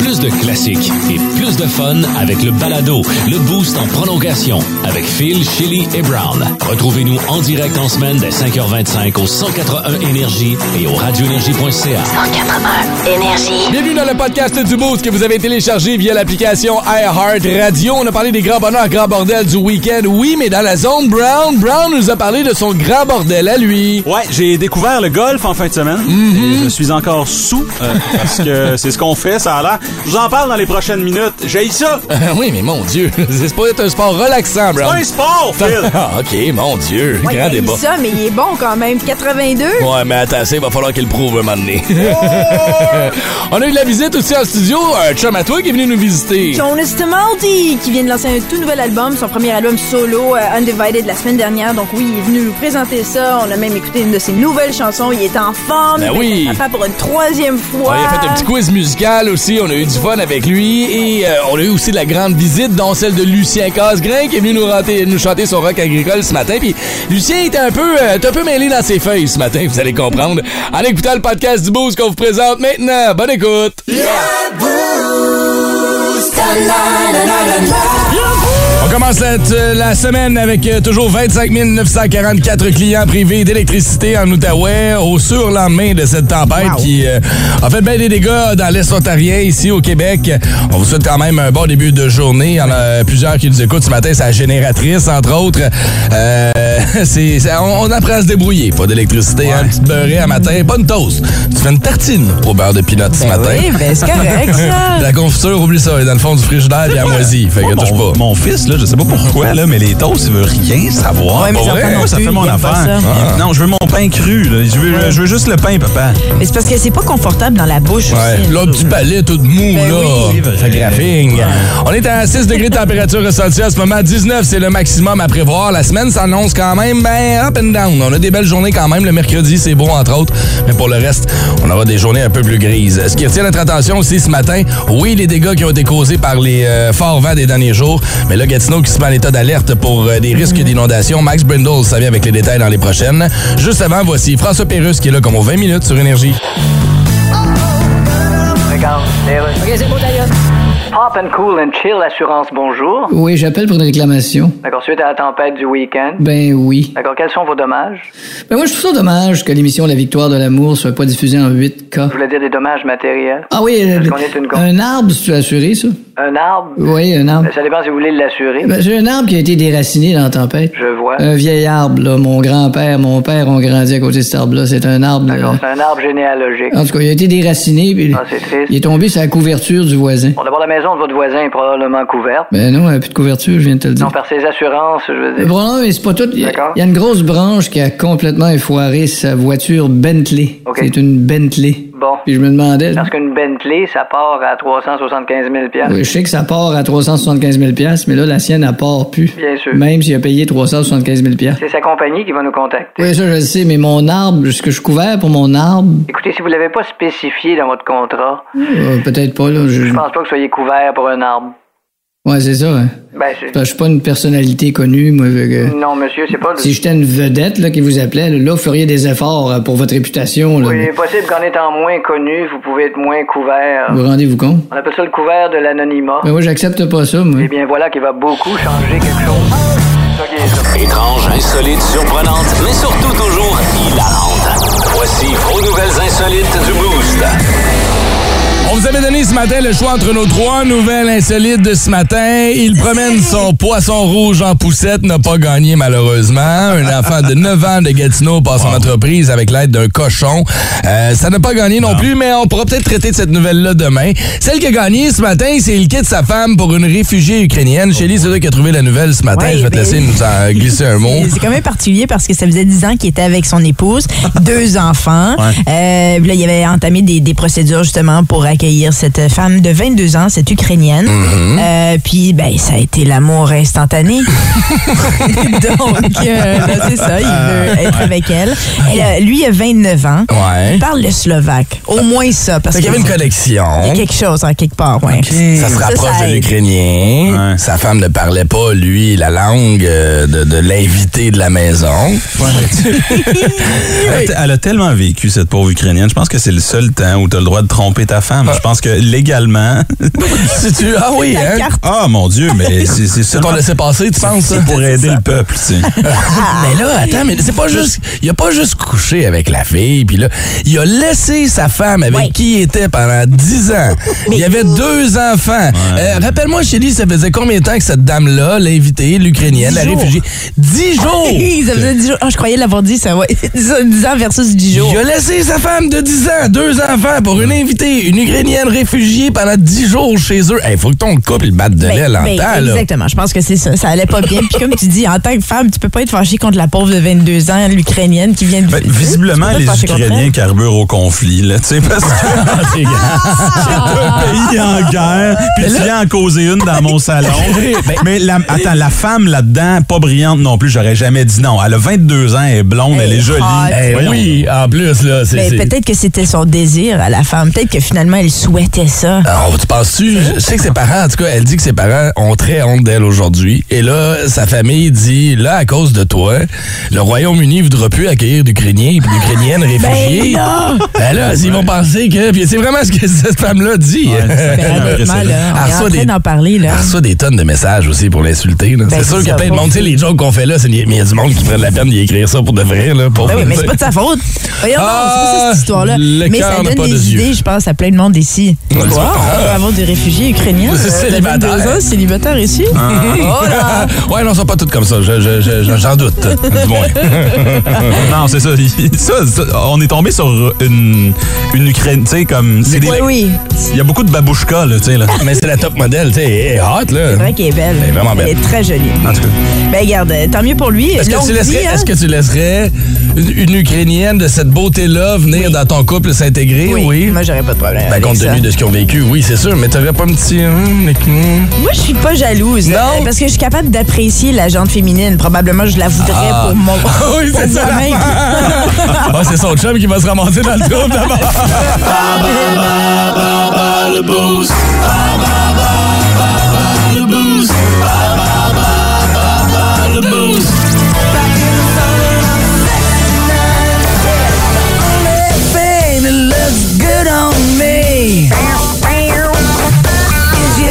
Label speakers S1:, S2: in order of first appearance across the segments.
S1: Plus de classiques et plus de fun avec le balado, le boost en prolongation avec Phil, Chili et Brown. Retrouvez-nous en direct en semaine dès 5h25 au 181 Énergie et au radioénergie.ca.
S2: 181 Énergie.
S3: Bienvenue dans le podcast du Boost que vous avez téléchargé via l'application iHeart Radio. On a parlé des grands bonheurs, grands bordels du week-end. Oui, mais dans la zone Brown, Brown nous a parlé de son grand Ah, bordel à lui. Mm-hmm.
S4: Ouais, j'ai découvert le golf en fin de semaine. Et je suis encore sous euh, parce que c'est ce qu'on fait, ça a l'air. Je vous en parle dans les prochaines minutes. J'ai ça.
S3: Euh, oui, mais mon Dieu, c'est pas être un sport relaxant,
S4: C'est
S3: Brown.
S4: un sport, Phil.
S3: Ah, ok, mon Dieu,
S5: Ouais,
S3: grand
S5: il
S3: débat.
S5: dit ça, mais il est bon quand même. 82?
S3: Ouais, mais attends, ça, il va falloir qu'il le prouve un moment donné.
S4: Oh!
S3: On a eu de la visite aussi en studio. Un chum à toi qui est venu nous visiter.
S5: Jonas Timaldi, qui vient de lancer un tout nouvel album, son premier album solo, euh, Undivided, la semaine dernière. Donc oui, il est venu nous présenter ça. On a même écouté une de ses nouvelles chansons. Il est en forme.
S3: Ben
S5: Il
S3: oui.
S5: fait papa pour une troisième
S3: On
S5: fois.
S3: a fait un petit quiz musical aussi, on a eu du fun avec lui et euh, on a eu aussi de la grande visite, dont celle de Lucien Casgrain qui est venu nous, ranter- nous chanter son rock agricole ce matin. Puis Lucien était un peu, euh, était un peu mêlé dans ses feuilles ce matin, vous allez comprendre. En écoutant le podcast du Boost qu'on vous présente maintenant, bonne écoute! On commence la, t- la semaine avec euh, toujours 25 944 clients privés d'électricité en Outaouais au surlendemain de cette tempête qui euh, a fait bien des dégâts dans l'Est ontarien, ici au Québec. On vous souhaite quand même un bon début de journée. Il y en a plusieurs qui nous écoutent ce matin, c'est la génératrice, entre autres. Euh, c'est, c'est- on, on apprend à se débrouiller. Pas d'électricité, hein, une petite beurrée à matin, pas une toast. Tu fais une tartine au beurre de pinot ce matin.
S5: Eh ben, c'est correct, ça.
S3: De La confiture, oublie ça, elle est dans le fond du frigidaire puis à moisi. Fait que touche
S6: mon,
S3: pas.
S6: mon fils, là, je sais pas pourquoi, là, mais les toasts, il veut rien savoir.
S5: Ouais, mes
S6: Pas
S5: enfants non
S6: Moi, ça
S5: plus,
S6: fait mon
S5: ils aiment pas
S6: affaire. Ah.
S5: ça.
S3: Ah.
S6: Il- Non, je veux mon pain cru. là. Je, veux, je veux juste le pain, papa.
S7: Mais c'est parce que c'est pas confortable dans la bouche.
S3: Ouais,
S7: aussi.
S3: l'autre petit palais tout mou,
S7: Ben oui.
S3: là. Ça graphigne. On est à 6 degrés de température ressentie à ce moment. 19, c'est le maximum à prévoir. La semaine s'annonce quand même, ben, up and down. On a des belles journées quand même. Le mercredi, c'est beau, entre autres. Mais pour le reste, on aura des journées un peu plus grises. Ce qui retient notre attention aussi ce matin, oui, les dégâts qui ont été causés par les euh, forts vents des derniers jours. Mais là, Gatineau qui se met en état d'alerte pour euh, des risques d'inondation. Max Brindle, ça vient avec les détails dans les prochaines. Juste avant, voici François Pérusse qui est là comme aux 20 minutes sur Énergie.
S8: Pop eh and Cool and Chill Assurance, bonjour.
S9: Oui, j'appelle pour une réclamation.
S8: D'accord, suite à la tempête du week-end.
S9: Ben oui.
S8: D'accord, quels sont vos dommages?
S9: Ben moi, je trouve ça dommage que l'émission La Victoire de l'amour soit pas diffusée en 8K.
S8: Je voulais dire des dommages matériels.
S9: Ah oui, euh,
S8: Parce qu'on est une con-
S9: un arbre, si tu as assuré ça?
S8: Un arbre?
S9: Oui, un arbre.
S8: Ça dépend si vous voulez l'assurer.
S9: Ben, c'est un arbre qui a été déraciné dans la tempête.
S8: Je vois.
S9: Un vieil arbre, là. Mon grand-père, mon père ont grandi à côté de cet arbre-là. C'est un arbre.
S8: D'accord,
S9: là.
S8: c'est un arbre généalogique.
S9: Euh, En tout cas, il a été déraciné, puis
S8: Ah, c'est triste.
S9: il est tombé sur la couverture du voisin.
S8: Bon, d'abord, la maison de votre voisin est probablement couverte.
S9: Ben non, il n'y a plus de couverture, je viens de te le dire.
S8: Non, par ses assurances, je veux
S9: Le
S8: dire.
S9: problème, mais c'est pas tout. Il y, a-
S8: D'accord.
S9: il y a une grosse branche qui a complètement effoiré sa voiture Bentley.
S8: Ok.
S9: C'est une Bentley.
S8: Bon.
S9: Puis je me demandais.
S8: Parce qu'une Bentley, ça part à 375 000
S9: Oui, je sais que ça part à 375 000 mais là, la sienne, elle part plus.
S8: Bien sûr.
S9: Même s'il a payé 375 000
S8: C'est sa compagnie qui va nous contacter.
S9: Oui, ça, je le sais, mais mon arbre, ce que je suis couvert pour mon arbre,
S8: Écoutez, si vous ne l'avez pas spécifié dans votre contrat,
S9: euh, peut-être pas, là. Je...
S8: je pense pas que soyez couvert pour un arbre.
S9: Ouais, c'est ça. hein.
S8: Ben, c'est-
S9: Parce que je suis pas une personnalité connue, moi. fait que-
S8: Non, monsieur, c'est pas...
S9: Euh, Si j'étais une vedette, là, qui vous appelait, là, vous feriez des efforts euh, pour votre réputation, là.
S8: Oui, il
S9: mais
S8: est possible qu'en étant moins connu, vous pouvez être moins couvert.
S9: Vous rendez-vous compte?
S8: On appelle ça le couvert de l'anonymat.
S9: Ben, moi, j'accepte pas ça, moi.
S8: Eh bien, voilà qui va beaucoup changer quelque chose. C'est ça qui est ça.
S1: Étrange, insolite, surprenante, mais surtout toujours hilarante. Voici vos nouvelles insolites du Boost.
S3: On vous avait donné ce matin le choix entre nos trois nouvelles insolites de ce matin. Il promène son poisson rouge en poussette, n'a pas gagné malheureusement. Un enfant de 9 ans de Gatineau passe en entreprise avec l'aide d'un cochon. Euh, ça n'a pas gagné non, plus, mais on pourra peut-être traiter de cette nouvelle-là demain. Celle qui a gagné ce matin, c'est il quitte sa femme pour une réfugiée ukrainienne. Chélie, c'est toi qui as trouvé la nouvelle ce matin.
S7: Ouais,
S3: Je vais te
S7: ben-
S3: laisser nous en glisser un mot.
S7: C'est quand même particulier parce que ça faisait 10 ans qu'il était avec son épouse, deux enfants. Euh, puis là, il avait entamé des, des procédures justement pour accueillir cette femme de 22 ans, cette Ukrainienne.
S3: Mm-hmm.
S7: Euh, puis, ben, ça a été l'amour instantané. Donc, euh, là, c'est ça, il veut être avec elle. Elle, euh, lui, il a 29 ans.
S3: Ouais. Ah.
S7: Il parle le slovaque. Au moins ça. Parce
S3: Fait qu'il y avait une
S7: que- Il y a
S3: connexion. hein?
S7: quelque chose en quelque part, ouais.
S3: Ça se rapproche
S7: ça
S3: de
S7: aide.
S3: l'Ukrainien.
S6: Ouais.
S3: Sa femme ne parlait pas, lui, la langue euh, de, de l'invité de la maison.
S6: Elle, a- elle a tellement vécu, cette pauvre Ukrainienne. Je pense que c'est le seul temps où tu as le droit de tromper ta femme. Je pense que légalement.
S3: Si tu... Ah oui,
S7: La
S3: hein?
S7: carte.
S6: Ah mon Dieu, mais c'est c'est
S3: C'est ton
S6: seulement
S3: laissé-passer, tu penses? ça?
S6: pour aider le peuple. tu sais.
S3: mais là, attends, mais c'est pas juste. Il a pas juste couché avec la fille, puis là, il a laissé sa femme avec
S7: Ouais.
S3: qui il était pendant 10 ans. Il y avait deux enfants. Euh, Rappelle-moi, Chélie, ça faisait combien de temps que cette dame-là, l'invitée, l'Ukrainienne,
S7: Dix
S3: la
S7: jours.
S3: réfugiée, 10 jours!
S7: ça faisait 10 jours. Ah, je croyais l'avoir dit, ça, ouais. 10 ans versus 10 jours.
S3: Il a laissé sa femme de 10 ans, deux enfants pour une invitée, une Ukrainienne réfugiée pendant 10 jours chez eux. Il faut que ton couple il batte de
S7: Ben,
S3: l'aile en
S7: ben,
S3: temps, là.
S7: Exactement. Je pense que c'est ça. Ça allait pas bien. Puis comme tu dis, en tant que femme, tu peux pas être fâchée contre la pauvre de 22 ans, l'Ukrainienne qui vient de.
S6: Ben, visiblement,
S7: Tu peux
S6: les
S7: pas te fâcher contre
S6: Ukrainiens carburent au conflit, là, tu sais, parce que
S3: C'est grave. Ah.
S6: un pays en guerre, puis tu viens en causer une dans mon salon.
S3: Ben,
S6: Mais la, attends, la femme là-dedans, pas brillante non plus, j'aurais jamais dit non. Elle a 22 ans, elle est blonde, elle est jolie.
S7: ah,
S3: Eh
S6: Voyons.
S3: oui, en plus, là, c'est...
S7: elle.
S3: c'est-
S7: Ben, peut-être que c'était son désir à la femme. Peut-être que finalement, elle souhaitait ça.
S3: Alors, tu penses-tu? Je sais que ses parents, en tout cas, elle dit que ses parents ont très honte d'elle aujourd'hui. Et là, sa famille dit, là, à cause de toi, le Royaume-Uni voudra plus accueillir d'Ukrainiens et d'Ukrainiennes réfugiés.
S7: Ben non!
S3: Ben là, ils vont penser que... Puis c'est vraiment ce que cette femme-là dit.
S7: Ben, honnêtement, là, on
S3: Elle
S7: est en
S3: reçoit
S7: train
S3: des-
S7: d'en parler, là.
S3: Elle reçoit des tonnes de messages aussi pour l'insulter. là. c'est
S7: Ben, c'est
S3: sûr qu'il y a
S7: ça,
S3: plein de
S7: pauvre.
S3: monde. Tu sais, les jokes qu'on fait là, c'est- mais il y a du monde qui prennent la peine d'y écrire ça pour de vrai. Là, pauvre.
S7: Ben oui, mais c'est pas de sa faute. Voyons, non, c'est pas ça, cette histoire-là.
S3: Ah, le
S7: Mais
S3: cœur
S7: ça
S3: n'a
S7: donne
S3: pas
S7: des
S3: de yeux.
S7: idées, je pense, à plein de monde ici.
S3: Ouais, c'est
S7: Wow,
S3: pas
S7: on peut avoir des réfugiés ukrainiens. euh, de
S3: Célibataires.
S7: 22 ans, célibataires ici.
S3: Ah. Hein?
S7: Oh là!
S3: ouais, non, ils sont pas toutes comme ça. Je- je- je- je- J'en doute, du moins.
S6: Non, c'est ça. Ça, ça, On est tombé sur une, une Ukraine, tu sais, comme. c'est des-
S7: Oui, oui.
S6: Il y a beaucoup de babouchka, là, tu sais, là.
S3: Mais c'est la top modèle, tu sais, elle est hot, là.
S7: C'est vrai qu'elle est belle.
S3: Euh, Elle est vraiment belle.
S7: Elle est très jolie.
S6: En tout cas.
S7: Ben regarde, euh, tant mieux pour lui.
S3: Est-ce que,
S7: Longue
S3: tu
S7: vie,
S3: laisserais,
S7: hein?
S3: est-ce que tu laisserais une, une Ukrainienne de cette beauté-là venir dans ton couple s'intégrer?
S7: oui.
S3: Oui.
S7: Moi, j'aurais pas de problème.
S3: Ben,
S7: avec
S3: compte
S7: ça.
S3: tenu de ce qu'ils ont vécu, oui, c'est sûr, mais t'aurais pas un petit. hum, avec- hum.
S7: Moi, je suis pas jalouse.
S3: Non?
S7: Euh, Parce que je suis capable d'apprécier la gente féminine. Probablement, je la voudrais Eh,
S3: Ah,
S7: pour mon.
S3: oui,
S7: pour
S3: c'est ça.
S7: moi-même.
S3: Ah, c'est son chum qui va se ramasser dans le trou d'abord.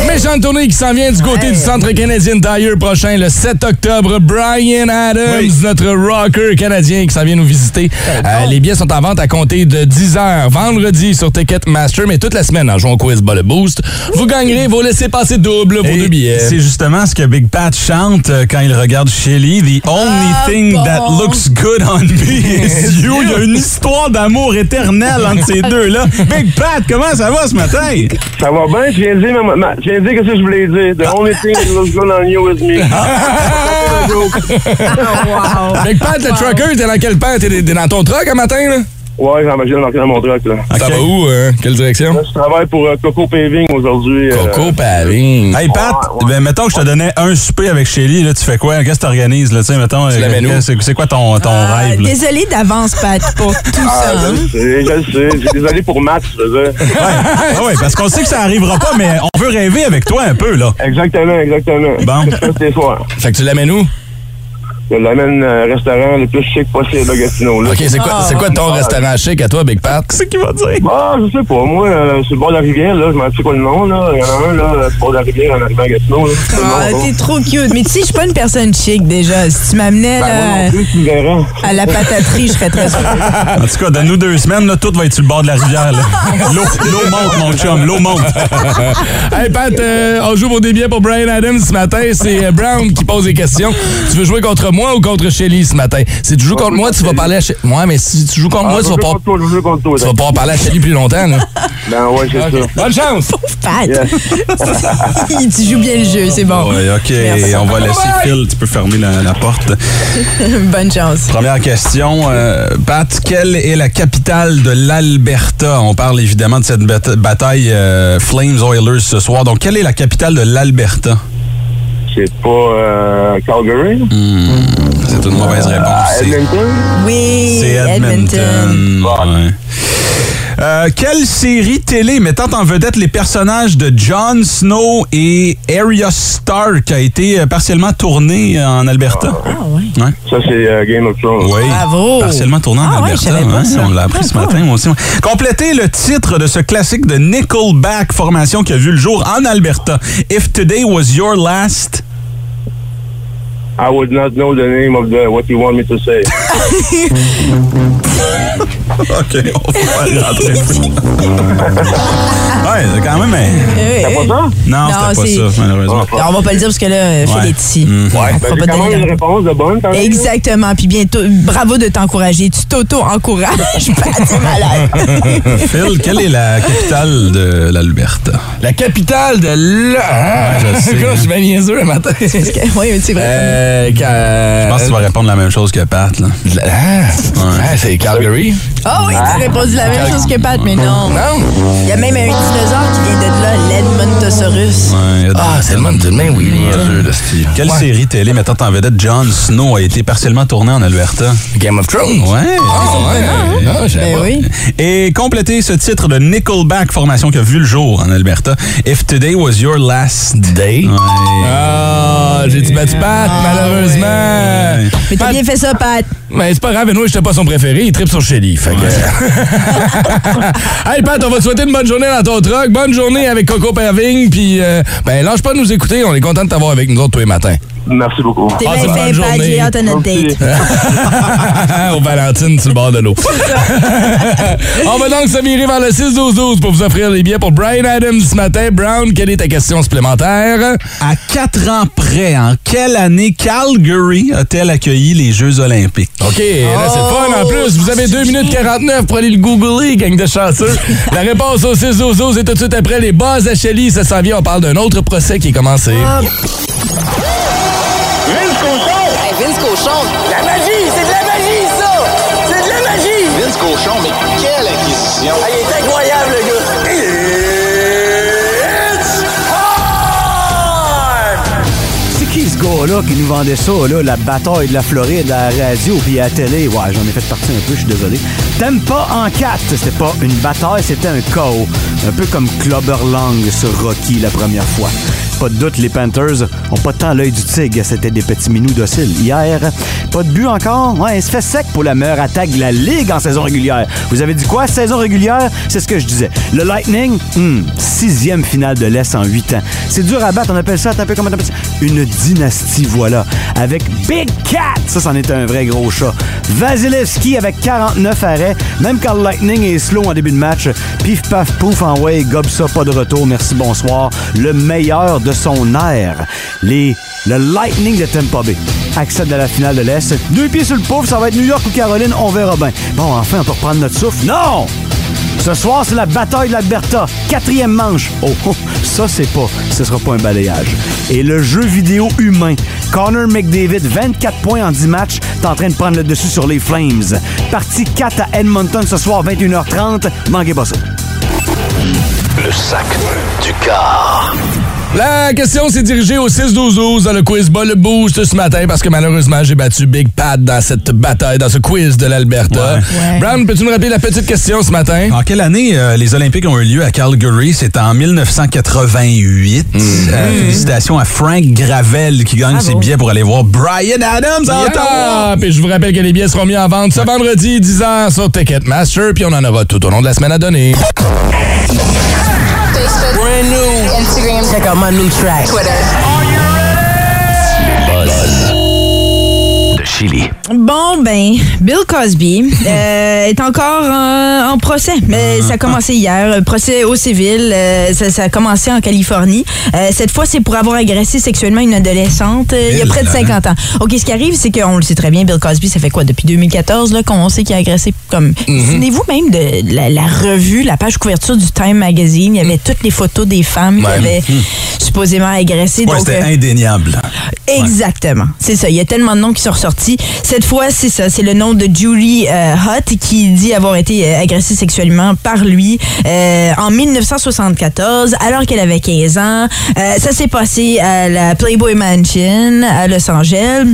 S3: Méchante tournée qui s'en vient du côté du Centre Canadien Tire prochain, le 7 octobre. Brian Adams, notre rocker canadien qui s'en vient nous visiter. Euh, les billets sont en vente à compter de 10h vendredi sur Ticketmaster, mais toute la semaine en jouant au quiz Ball Boost. Vous gagnerez vos laissez-passer doubles pour
S6: Et
S3: deux billets.
S6: C'est justement ce que Big Pat chante euh, quand il regarde Shelly. The only
S7: Ah
S6: thing that looks good on me is you. Il y a une histoire d'amour éternelle entre ces deux-là. Big Pat, comment ça va ce matin?
S8: Ça va bien, je viens de dire, ma- ma- je viens de dire ce que je voulais dire. The only thing that looks good on you is me. Ah, C'est un joke.
S3: Big Pat, le trucker, t'es dans quel pan? T'es t'es dans ton truck un matin, là?
S8: Ouais, j'imagine dans dans mon truck, là.
S3: Ça
S6: Ok.
S3: va où, hein? Quelle direction?
S8: Là, je travaille pour euh, Coco Paving aujourd'hui. euh,
S3: Coco Paling.
S6: Hey Pat,
S8: Ouais, ouais.
S6: ben mettons que je te donnais un souper avec Shelly, là, tu fais quoi? Qu'est-ce que t'organises? là? Tu sais, mettons, euh,
S3: l'amènes où?
S6: qu'est-ce- c'est quoi ton, ton
S7: Euh,
S6: rêve? là?
S7: Désolée d'avance, Pat, pour tout
S3: Ah,
S7: ça.
S8: Ah, Je
S7: hein.
S8: le sais, je le sais. Je suis désolé pour Matt, je veux dire.
S6: Ah ouais, parce qu'on sait que ça arrivera pas, mais on veut rêver avec toi un peu, là.
S8: Exactement, exactement.
S6: Bon.
S8: C'est ça, c'est soir.
S3: Fait que tu l'amènes où?
S8: Je l'amène euh, au restaurant le plus chic possible à Gatineau, là.
S3: OK, c'est
S7: Ah.
S3: quoi, c'est quoi ton restaurant chic à toi, Big Pat?
S6: Ah. C'est qui va dire?
S8: Ah, je sais pas, moi, euh, sur le bord de la rivière, là, je m'en sais quoi le nom, là. Il y en a un, là, sur le bord de la rivière, en arrivant à Gatineau, là. Je sais pas
S7: Ah,
S8: le nom,
S7: t'es trop cute. Mais tu sais, je suis pas une personne chic déjà. Si tu m'amenais
S8: Ben, moi
S7: là,
S8: non plus, tu me verras.
S7: à la pataterie, je serais très heureuse.
S6: En tout cas, donne-nous deux semaines, là, tout va être sur le bord de la rivière. là. L'eau l'eau monte, mon chum, l'eau monte.
S3: Hey Pat, euh, on joue pour des billets pour Brian Adams ce matin. C'est euh, Brown qui pose des questions. Tu veux jouer contre moi ou contre Shelly ce matin? Si tu joues contre moi, tu vas parler à Shelly. Ouais, mais si tu joues contre
S8: Ah,
S3: moi, tu
S8: je
S3: vas,
S8: veux
S3: pas,
S8: contre toi, je veux contre toi,
S3: tu vas pouvoir parler à Shelly plus longtemps. là.
S8: Ben ouais, c'est ça.
S3: OK. Bonne chance!
S7: Pat, tu joues bien le jeu, c'est bon.
S6: Ouais, OK, on va laisser Phil, tu peux fermer la, la porte.
S7: Bonne chance.
S6: Première question, euh, Pat, quelle est la capitale de l'Alberta? On parle évidemment de cette bata- bataille euh, Flames Oilers ce soir. Donc, quelle est la capitale de l'Alberta?
S8: C'est pas euh, Calgary?
S6: C'est une mauvaise réponse.
S8: Ah,
S6: C'est-
S8: Edmonton?
S7: Oui,
S6: C'est
S7: Edmonton.
S6: Edmonton. Ouais. Euh, quelle série télé mettant en vedette les personnages de Jon Snow et Arya Stark a été euh, partiellement tournée euh, en Alberta?
S7: Ah oui.
S6: Ouais.
S8: Ça, c'est euh, Game of Thrones.
S6: Oui.
S7: Bravo.
S6: Partiellement tournant
S7: Ah
S6: en
S7: ouais, je
S6: Alberta.
S7: savais pas
S6: hein,
S7: ça. Ah,
S6: on l'a appris ce matin, moi aussi. Complétez le titre de ce classique de Nickelback, formation qui a vu le jour en Alberta. If Today Was Your Last.
S8: I would not know the name of the what you want me to say.
S6: OK, on va rentrer. ouais, c'est quand même. mais-
S7: Eh, eh.
S6: Non,
S7: Non,
S6: c'était pas
S7: c'est-
S6: ça, malheureusement.
S7: On va pas le dire euh, parce que là,
S6: Ouais. Mm.
S7: fait des petits. Ouais.
S8: Ben, j'ai quand même une réponse de bonne. quand même.
S7: Exactement. Puis bientôt, bravo de t'encourager. Tu t'auto-encourages. Pat, t'es malade.
S3: ben,
S6: Phil, quelle est la capitale de l'Alberta?
S3: La capitale de
S8: Ah,
S3: l'A. hein?
S6: Ouais, je sais,
S3: je suis bien niaiseux le matin.
S7: Oui, mais c'est vrai.
S3: Euh, ca-
S6: Je pense que tu vas répondre la même chose que Pat. Là.
S3: Ah, ah, c'est Calgary.
S7: Oh oui, tu répondu la même chose que Pat, mais non. Il y a même un dinosaure qui vient de là, l'Edmontosaurus.
S6: Ouais, Hein, il y a-
S3: Ah, c'est le monde de main, oui, niaiseux, le style.
S6: Quelle
S3: Ouais.
S6: série télé mettant en vedette Jon Snow a été partiellement tournée en Alberta?
S3: Game of Thrones.
S6: Ouais.
S3: Ah, ouais. Ah, j'avais
S7: Ben
S3: pas.
S7: oui.
S6: Et complétez ce titre de Nickelback, formation qui a vu le jour en Alberta. If today was your last
S3: Day.
S6: Ouais.
S3: Ah, j'ai dit battu Pat, malheureusement.
S7: Mais t'as
S3: Pat-
S7: bien fait ça, Pat.
S3: Mais c'est pas grave, Benoît, j'étais pas son préféré. Il tripe sur Shelly. Fait que- hey, Pat, on va te souhaiter une bonne journée dans ton truck. Bonne journée avec Coco Perving. Puis, euh, ben, lâche pas de nous écouter. On est content de t'avoir avec nous autres tous les matins.
S8: Merci beaucoup.
S7: T'es
S3: Passe
S7: bien fait,
S3: Ah, une bonne
S7: Pat.
S3: journée.
S7: J'ai hâte à notre
S8: Merci.
S7: date.
S3: Au Valentine, sur le bord de l'eau. on va donc se virer vers le 6-12-12 pour vous offrir les billets pour Brian Adams ce matin. Brown, quelle est ta question supplémentaire?
S6: À quatre ans près, en quelle année Calgary a-t-elle accueilli les Jeux olympiques?
S3: OK, là, c'est fun. En
S6: Oh,
S3: plus, vous avez 2 minutes 49 pour aller le googler, gang de chanceux. La réponse au 6 12 12 est tout de suite après les bases à Shelly. Ça s'en vient, on parle d'un autre procès qui est commencé.
S6: Ah.
S10: Ah. Vince Cochon. La magie, c'est de la magie, ça! C'est de la magie! Vince Cochon, mais quelle acquisition! Ah, il est incroyable, le gars! It's
S11: C'est qui ce gars-là qui nous vendait ça, là, la bataille de la Floride à la radio puis à la télé? Ouais, j'en ai fait partie un peu, je suis désolé. pas en 4, c'était pas une bataille, c'était un chaos. Un peu comme Clubberlang sur Rocky la première fois. Pas de doute, les Panthers ont pas tant l'œil du tigre, c'était des petits minous dociles hier. Pas de but encore? Ouais, il se fait sec pour la meilleure attaque de la Ligue en saison régulière. Vous avez dit quoi? Saison régulière? C'est ce que je disais. Le Lightning, hmm, sixième finale de l'Est en huit ans. C'est dur à battre, on appelle ça, attends un peu comment on appelle ça? Une dynastie, voilà. Avec Big Cat, ça, c'en est un vrai gros chat. Vasilevski avec 49 arrêts, même quand le Lightning est slow en début de match. Pif, paf, pouf, en way, gobe ça, pas de retour, merci, bonsoir. Le meilleur de son air. Les, le Lightning de Tampa Bay accède à la finale de l'Est. Deux pieds sur le pauvre, ça va être New York ou Caroline, on verra bien. Bon, enfin, on peut reprendre notre souffle. Non! Ce soir, c'est la bataille de l'Alberta. Quatrième manche. Oh, oh, ça, c'est pas. Ce sera pas un balayage. Et le jeu vidéo humain. Connor McDavid, 24 points en 10 matchs. T'es en train de prendre le dessus sur les Flames. Partie 4 à Edmonton ce soir, 21h30. Manquez pas ça.
S10: Le sac du car.
S3: La question s'est dirigée au 6-12-12 dans le quiz ball le boost ce matin parce que malheureusement, j'ai battu Big Pat dans cette bataille, dans ce quiz de l'Alberta.
S7: Ouais.
S3: Brown, peux-tu me rappeler la petite question ce matin?
S6: En quelle année euh, les Olympiques ont eu lieu à Calgary? C'est en 1988.
S3: Hmm.
S6: Euh, félicitations à Frank Gravel qui gagne ses billets pour aller voir Brian Adams à Ottawa.
S3: Ah, Puis je vous rappelle que les billets seront mis en vente ce vendredi 10h sur Ticketmaster, puis on en aura tout au long de la semaine à donner.
S10: Brand new. Instagram. Check out my new track. Twitter.
S1: De Chili.
S7: Bon, ben, Bill Cosby euh, est encore en, en procès. Euh, ça a commencé hier, un procès au civil. euh, ça, ça a commencé en Californie. Euh, cette fois, c'est pour avoir agressé sexuellement une adolescente euh, il y a
S6: hein?
S7: près de 50 ans. OK, ce qui arrive, c'est qu'on le sait très bien, Bill Cosby, ça fait quoi depuis 2014 là, qu'on sait qu'il a agressé comme...
S6: Mhm.
S7: Souvenez-vous même de la, la revue, la page couverture du Time Magazine. Il y
S6: Mhm.
S7: avait toutes les photos des femmes qui avaient supposément agressé.
S6: Hmm. Ouais,
S7: donc,
S6: c'était
S7: euh,
S6: indéniable.
S7: Exactement. C'est ça. Il y a tellement de noms qui sont ressortis. Cette fois, c'est ça. C'est le nom de Julie euh, Hutt qui dit avoir été euh, agressée sexuellement par lui euh, en 1974, alors qu'elle avait 15 ans. Euh, ça s'est passé à la Playboy Mansion à Los Angeles.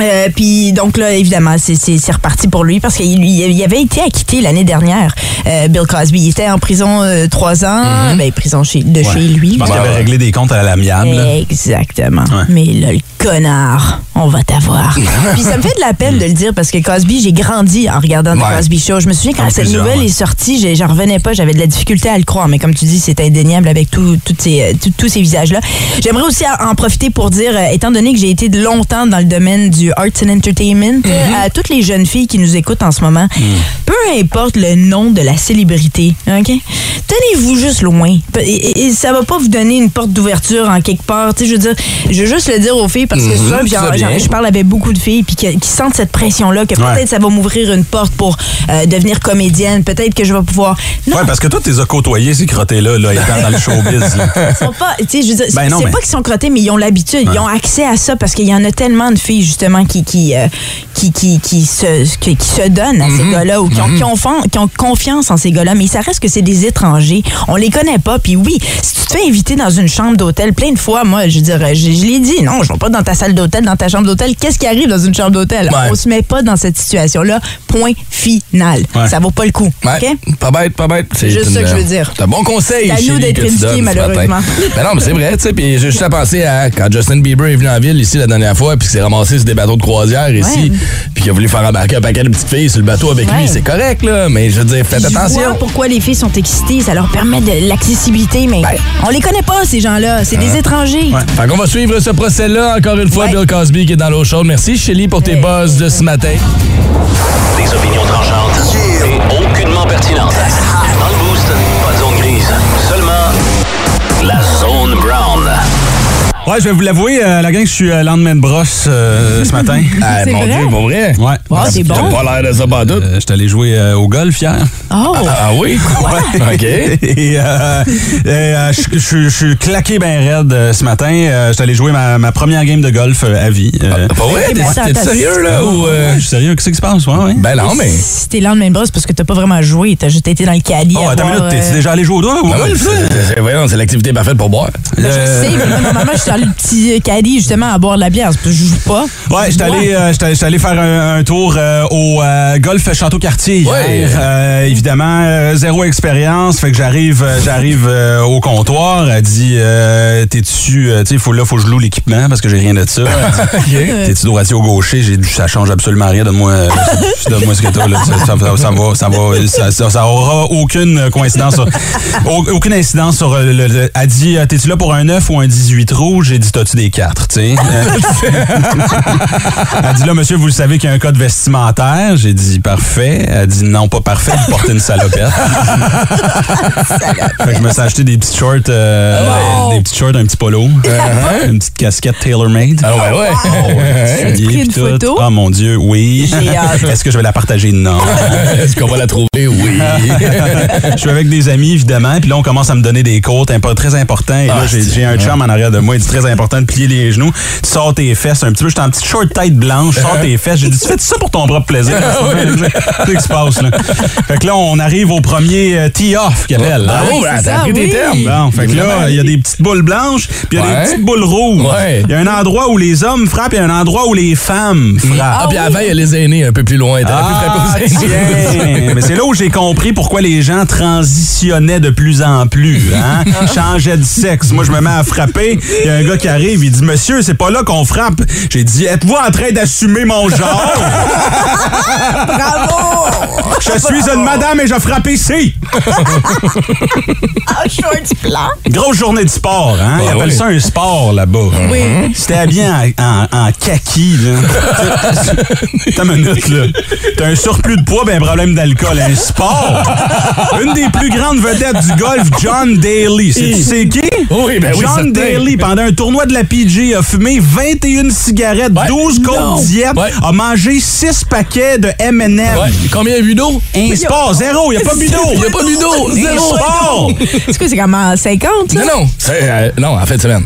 S7: Euh, puis donc là, évidemment, c'est- c'est c'est reparti pour lui parce qu'il il- il avait été acquitté l'année dernière. Euh, Bill Cosby, il était en prison euh, trois ans, ben, prison chez, de chez lui.
S6: Je pense
S7: là.
S6: Mm-hmm. qu'il avait réglé des comptes à l'amiable. là.
S7: Exactement. Mais là, le connard, on va t'avoir. Puis ça me fait de la peine de le dire parce que Cosby, j'ai grandi en regardant
S10: Ouais.
S7: The Cosby Show. Je me souviens
S10: Comme
S7: quand cette
S10: plusieurs,
S7: nouvelle
S10: ouais.
S7: est sortie, j'ai- j'en revenais pas, j'avais de la difficulté à le croire. Mais comme tu dis, c'est indéniable avec tout- toutes ces, euh, tout- tous ces visages-là. J'aimerais aussi en en profiter pour dire, euh, étant donné que j'ai été longtemps dans le domaine du arts and entertainment, euh, à toutes les jeunes filles qui nous écoutent en ce moment,
S10: Mhm.
S7: peu importe le nom de la célébrité, OK? Tenez-vous juste loin. Pe- Et, et ça va pas vous donner une porte d'ouverture en quelque part. Tu sais, je veux dire, je veux juste le dire aux filles parce que
S10: Mhm,
S7: souvent, puis
S10: tu
S7: j'en-
S10: fais
S7: j'en-
S10: bien.
S7: je parle avec beaucoup de filles puis que- qui sentent cette pression-là que
S6: Ouais.
S7: peut-être ça va m'ouvrir une porte pour euh, devenir comédienne. Peut-être que je vais pouvoir. Non,
S6: Ouais, parce que toi, t'es as côtoyés, ces crottés-là, là, étant dans le showbiz. là.
S7: ils sont pas, tu sais, je veux dire,
S6: Ben
S7: c'est
S6: non, mais-
S7: pas qu'ils sont crottés, mais ils ont l'habitude,
S6: Ouais.
S7: ils ont accès à ça parce qu'il y en a tellement de filles justement qui qui euh, qui, qui, qui se qui, qui se donnent à ces
S6: Mhm.
S7: gars-là ou qui ont, qui ont fan- qui ont confiance en ces gars-là, mais ça reste que c'est des étrangers, on les connaît pas, puis oui, si tu te fais inviter dans une chambre d'hôtel, plein de fois, moi, je dirais, je, je l'ai dit, non, je vais pas dans ta salle d'hôtel, dans ta chambre d'hôtel, qu'est-ce qui arrive dans une chambre d'hôtel
S3: Ouais.
S7: On se met pas dans cette situation-là, point final,
S3: Ouais.
S7: ça vaut pas le coup,
S3: Ouais.
S7: ok
S3: Pas bête, pas bête.
S7: C'est juste
S3: une-
S7: ça que je veux dire.
S3: C'est un bon conseil.
S7: C'est à nous
S3: Chélie,
S7: d'être
S3: que tu
S7: éduqués,
S3: donnes ce matin.
S7: malheureusement.
S3: Ben non, mais c'est vrai, tu sais. Puis j'ai juste à penser à quand Justin Bieber est venu en ville ici la dernière fois, puis qu'il s'est ramassé sur des bateaux de croisière ici, puis qu'il a voulu faire embarquer un paquet de petites filles sur le bateau avec
S7: Ouais.
S3: lui. C'est correct, là. Mais je veux dire, faites
S7: Je
S3: attention.
S7: vois pourquoi les filles sont excitées, ça leur permet de l'accessibilité, mais on les connaît pas, ces gens-là. C'est des
S3: Hein?
S7: étrangers.
S3: Ben. Ouais. Fait qu'on va suivre ce procès-là encore une fois, Bill Cosby qui est dans l'eau chaude. Merci, Shelly, pour tes buzz de ce matin.
S1: Des opinions tranchantes et aucunement pertinentes. Dans le boost, pas de zone grise, seulement la zone brown.
S6: Ouais, je vais vous l'avouer, euh, la gang, je suis euh, lendemain de brosse euh, ce matin.
S3: Ah, mon Dieu, pour vrai?
S6: Ouais.
S3: Ah, c'est T'as bon. pas l'air de ça, pas tout.
S6: Je suis allé jouer euh, au golf hier.
S7: Oh!
S3: Ah, ah oui?
S6: Ouais.
S3: OK.
S6: Et, euh, et, euh, je- je je suis claqué ben raide euh, ce matin. Euh, je suis allé jouer ma, ma première game de golf euh, à vie. Euh,
S3: Ah, Pas vrai?
S7: Eh ben, attends,
S3: T'es- T'es
S7: attends.
S3: sérieux, là? Ou, euh,
S6: Je suis sérieux, qu'est-ce qui se passe? Ouais, ouais.
S3: Ben non, mais.
S7: Si t'es lendemain de brosse, parce que t'as pas vraiment joué, t'as juste été dans le caddie.
S6: Oh,
S7: à
S6: attends,
S7: boire,
S6: une minute, t'es
S7: euh,
S6: t'es déjà allé jouer au doigt ou au
S3: Ben oui,
S6: golf?
S3: c'est- c'est- c'est- voyons, c'est l'activité parfaite pour boire.
S6: Euh,
S7: tu sais, mais moi, normalement, je suis dans le petit euh, caddie, justement, à boire de la bière. c'est parce que Je joue pas.
S6: Ouais, j'étais allé, euh, j'étais- j'étais allé faire un, un tour euh, au euh, golf Château-Cartier hier.
S3: Ouais.
S6: Euh, évidemment, euh, zéro expérience, fait que j'arrive, euh, j'arrive euh, au comptoir. Elle dit, euh, t'es-tu, euh, tu sais, faut là, faut que je loue l'équipement parce que j'ai rien de ça. Elle dit, T'es-tu droitier ou gaucher J'ai dit, ça change absolument rien. Donne-moi, euh, donne-moi ce que t'as là. Ça, ça- ça- ça va, ça va, ça, ça- ça aura aucune euh, coïncidence, sur- au- aucune incidence sur euh, le. le- elle dit, euh, t'es-tu là pour un 9 ou un 18 rouge J'ai dit, t'as-tu des 4 tu sais Euh, elle dit là, monsieur, vous le savez qu'il y a un code vestimentaire. J'ai dit parfait. Elle dit non, pas parfait, vous portez une salopette. Fait que je me suis acheté des petits shorts, euh, des petits shorts, un petit polo, euh, une petite casquette tailor-made.
S3: Ah ouais, ouais.
S6: ouais.
S7: Pris une photo?
S6: Oh mon Dieu, oui.
S7: J'ai hâte.
S6: Est-ce que je vais la partager? Non.
S3: Est-ce qu'on va la trouver? Oui.
S6: je suis avec des amis, évidemment, puis là, on commence à me donner des côtes impo- très importants. Et
S3: Ah,
S6: là, j'ai j'ai un chum en arrière de moi. Il dit très important de plier les genoux. Tu sors tes fesses un petit peu. J'étais en petite short tête blanche. Sors tes fesses. J'ai dit, tu fais ça pour ton propre plaisir.
S3: Ah
S6: C'est ce qui se passe, là. Fait que là, on arrive au premier euh, tee-off qu'il appelle.
S3: Ah
S6: hein?
S3: bon, ben,
S7: c'est
S3: t'as
S7: ça,
S3: pris tes
S7: oui.
S3: termes.
S6: Bon, fait que là, il y a des petites boules blanches, puis il y a
S3: Ouais.
S6: des petites boules rouges.
S3: Ouais.
S6: Il y a un endroit où les hommes frappent, et un endroit où les femmes frappent.
S3: Ah, puis avant, il y a les aînés un peu plus loin. T'aurais pu
S6: Ah,
S3: frapper aux aînés.
S6: tiens. Mais c'est là où j'ai compris pourquoi les gens transitionnaient de plus en plus. Hein? Changeaient de sexe. Moi, je me mets à frapper. Il y a un gars qui arrive, il dit Monsieur, c'est pas là qu'on frappe. J'ai dit Êtes-vous en train d'assumer mon genre
S10: Ah,
S6: Bravo Je suis une madame et je frappe ici.
S7: Ah, shorts blanc.
S6: Grosse journée de sport. Hein? Ils
S3: Ah,
S6: appellent
S3: oui.
S6: ça un sport là-bas.
S7: Oui.
S6: C'était habillé en, en, en kaki, là. T'as une minute, là. T'as un surplus de poids, ben un problème d'alcool, un sport. Une des plus grandes vedettes du golf, John Daly. Sais-tu c'est qui?
S3: Oui, ben oui,
S6: John
S3: certain.
S6: Daly, pendant un tournoi de la PG, a fumé 21 cigarettes, 12
S3: non.
S6: côtes diètes,
S3: Ouais.
S6: a mangé 6 paquets de M&M.
S3: Ouais. Combien il y a bu d'eau?
S6: Un sport, zéro, il a pas bu d'eau.
S3: Il n'y a pas bu d'eau.
S6: Un
S3: Zéro.
S6: sport.
S7: C'est quoi, c'est comme en 50,
S3: Non,
S7: là?
S3: non. C'est, euh, non, en fait, semaine.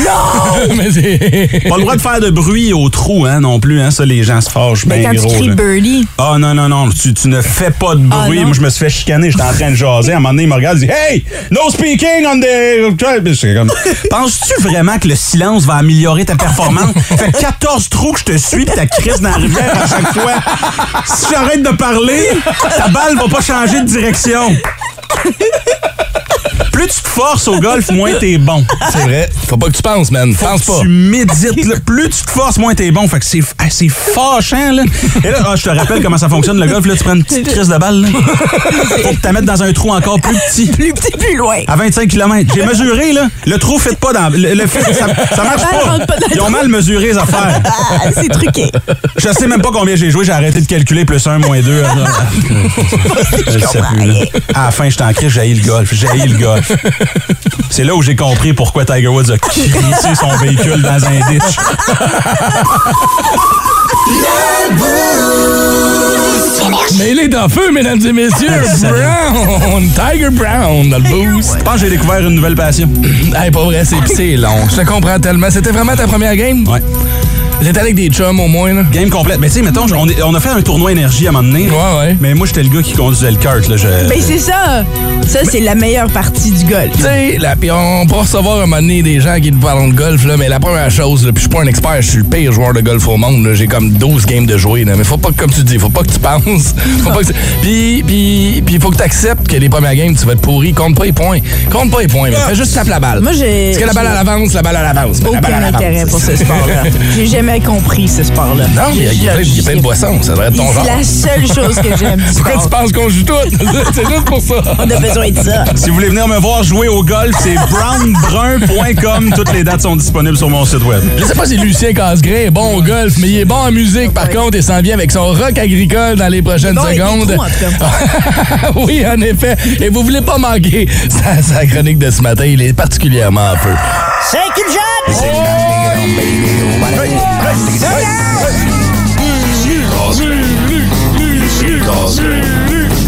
S3: Non! Mais c'est...
S6: Pas le droit de faire de bruit au trou, hein, non plus, hein. Ça, les gens se fâchent
S7: Mais
S6: bien
S7: quand
S6: gros.
S7: tu cries
S6: là.
S7: birdie,
S6: Ah non, non, non, tu, tu ne fais pas de
S7: Ah,
S6: bruit.
S7: non?
S6: Moi, je me suis fait chicaner, j'étais en train de jaser. À un moment donné, il me regarde, il dit Hey, no speaking on the. C'est comme, Penses-tu vraiment comment que le silence va améliorer ta performance. fait 14 trous que je te suis, puis ta crise dans la rivière à chaque fois. Si j'arrête de parler, ta balle va pas changer de direction. Plus tu te forces au golf, moins t'es bon.
S3: C'est vrai. Faut pas que tu penses, man.
S6: Faut
S3: Pense
S6: que
S3: pas.
S6: Tu médites. là. Plus tu te forces, moins t'es bon. Fait que c'est ah, c'est fâchant, là. Et là, ah, je te rappelle comment ça fonctionne, le golf. Là, tu prends une petite crise de balle, là. Faut que tu la mettes dans un trou encore plus petit.
S7: Plus petit, plus loin.
S6: À 25 km. J'ai mesuré, là. Le trou fit pas dans. Le, le fit, ça, ça marche
S7: La balle
S6: pas.
S7: rentre pas dans le
S6: Ils ont
S7: trou.
S6: mal mesuré les affaires.
S7: Ah, c'est truqué.
S6: Je sais même pas combien j'ai joué. J'ai arrêté de calculer plus 1, moins euh, 2.
S3: Euh,
S6: Je sais plus. là. À la fin, j'étais en crise. J'ai haï le golf. J'ai haï le golf. C'est là où j'ai compris pourquoi Tiger Woods a crissé son véhicule dans un ditch.
S3: Mais il est en feu, mesdames et
S6: Ah,
S3: messieurs. Brown, Tiger Brown dans le boost. Je
S6: pense que j'ai découvert une nouvelle passion.
S3: hey, pas vrai, c'est c'est long. Je te comprends tellement. C'était vraiment ta première game?
S6: Ouais.
S3: T'étais avec des chums au moins, là.
S6: Game complète. Mais tu sais, mettons, on, est- on a fait un tournoi énergie à un moment donné.
S3: Ouais, ouais.
S6: Mais moi, j'étais le gars qui conduisait le kart. Là, je...
S7: Ben, c'est ça. Ça, c'est la meilleure partie du golf.
S3: Tu sais, là, puis on va recevoir un moment donné des gens qui nous parlent de golf, là, mais la première chose, là, puis je suis pas un expert, je suis le pire joueur de golf au monde, là, j'ai comme 12 games de jouer, là, mais faut pas que, comme tu dis, faut pas que tu penses, faut pas que tu- Puis, puis, puis faut que t'acceptes que les premières games, tu vas être pourri, compte pas les points, compte pas les points, mais fais juste tape la balle.
S7: Ah. Moi, j'ai-
S3: Parce que la balle à
S7: j'ai-
S3: l'avance, la balle à l'avance, mais la balle
S7: Aucun
S3: à
S7: intérêt
S3: l'avance.
S7: pour ce sport-là. J'ai jamais compris ce sport-là.
S3: Non, mais il y a plein- il y a plein de boissons, ça devrait être ton
S7: C'est
S3: genre.
S7: la seule chose que j'aime du
S3: Pourquoi tu
S7: sport.
S3: penses qu'on joue tout? C'est juste pour ça.
S7: On a besoin de ça.
S6: Si vous voulez venir me voir jouer au golf, c'est brownbrun.com. Toutes les dates sont disponibles sur mon site web.
S3: Je sais pas si Lucien Casgrain est bon au golf, mais il est bon en musique. Par contre, il s'en vient avec son rock agricole dans les prochaines
S7: Bon, avec des
S3: secondes.
S7: trous, en tout cas.
S3: oui, en effet. Et vous voulez pas manquer sa, sa chronique de ce matin. Il est particulièrement en feu.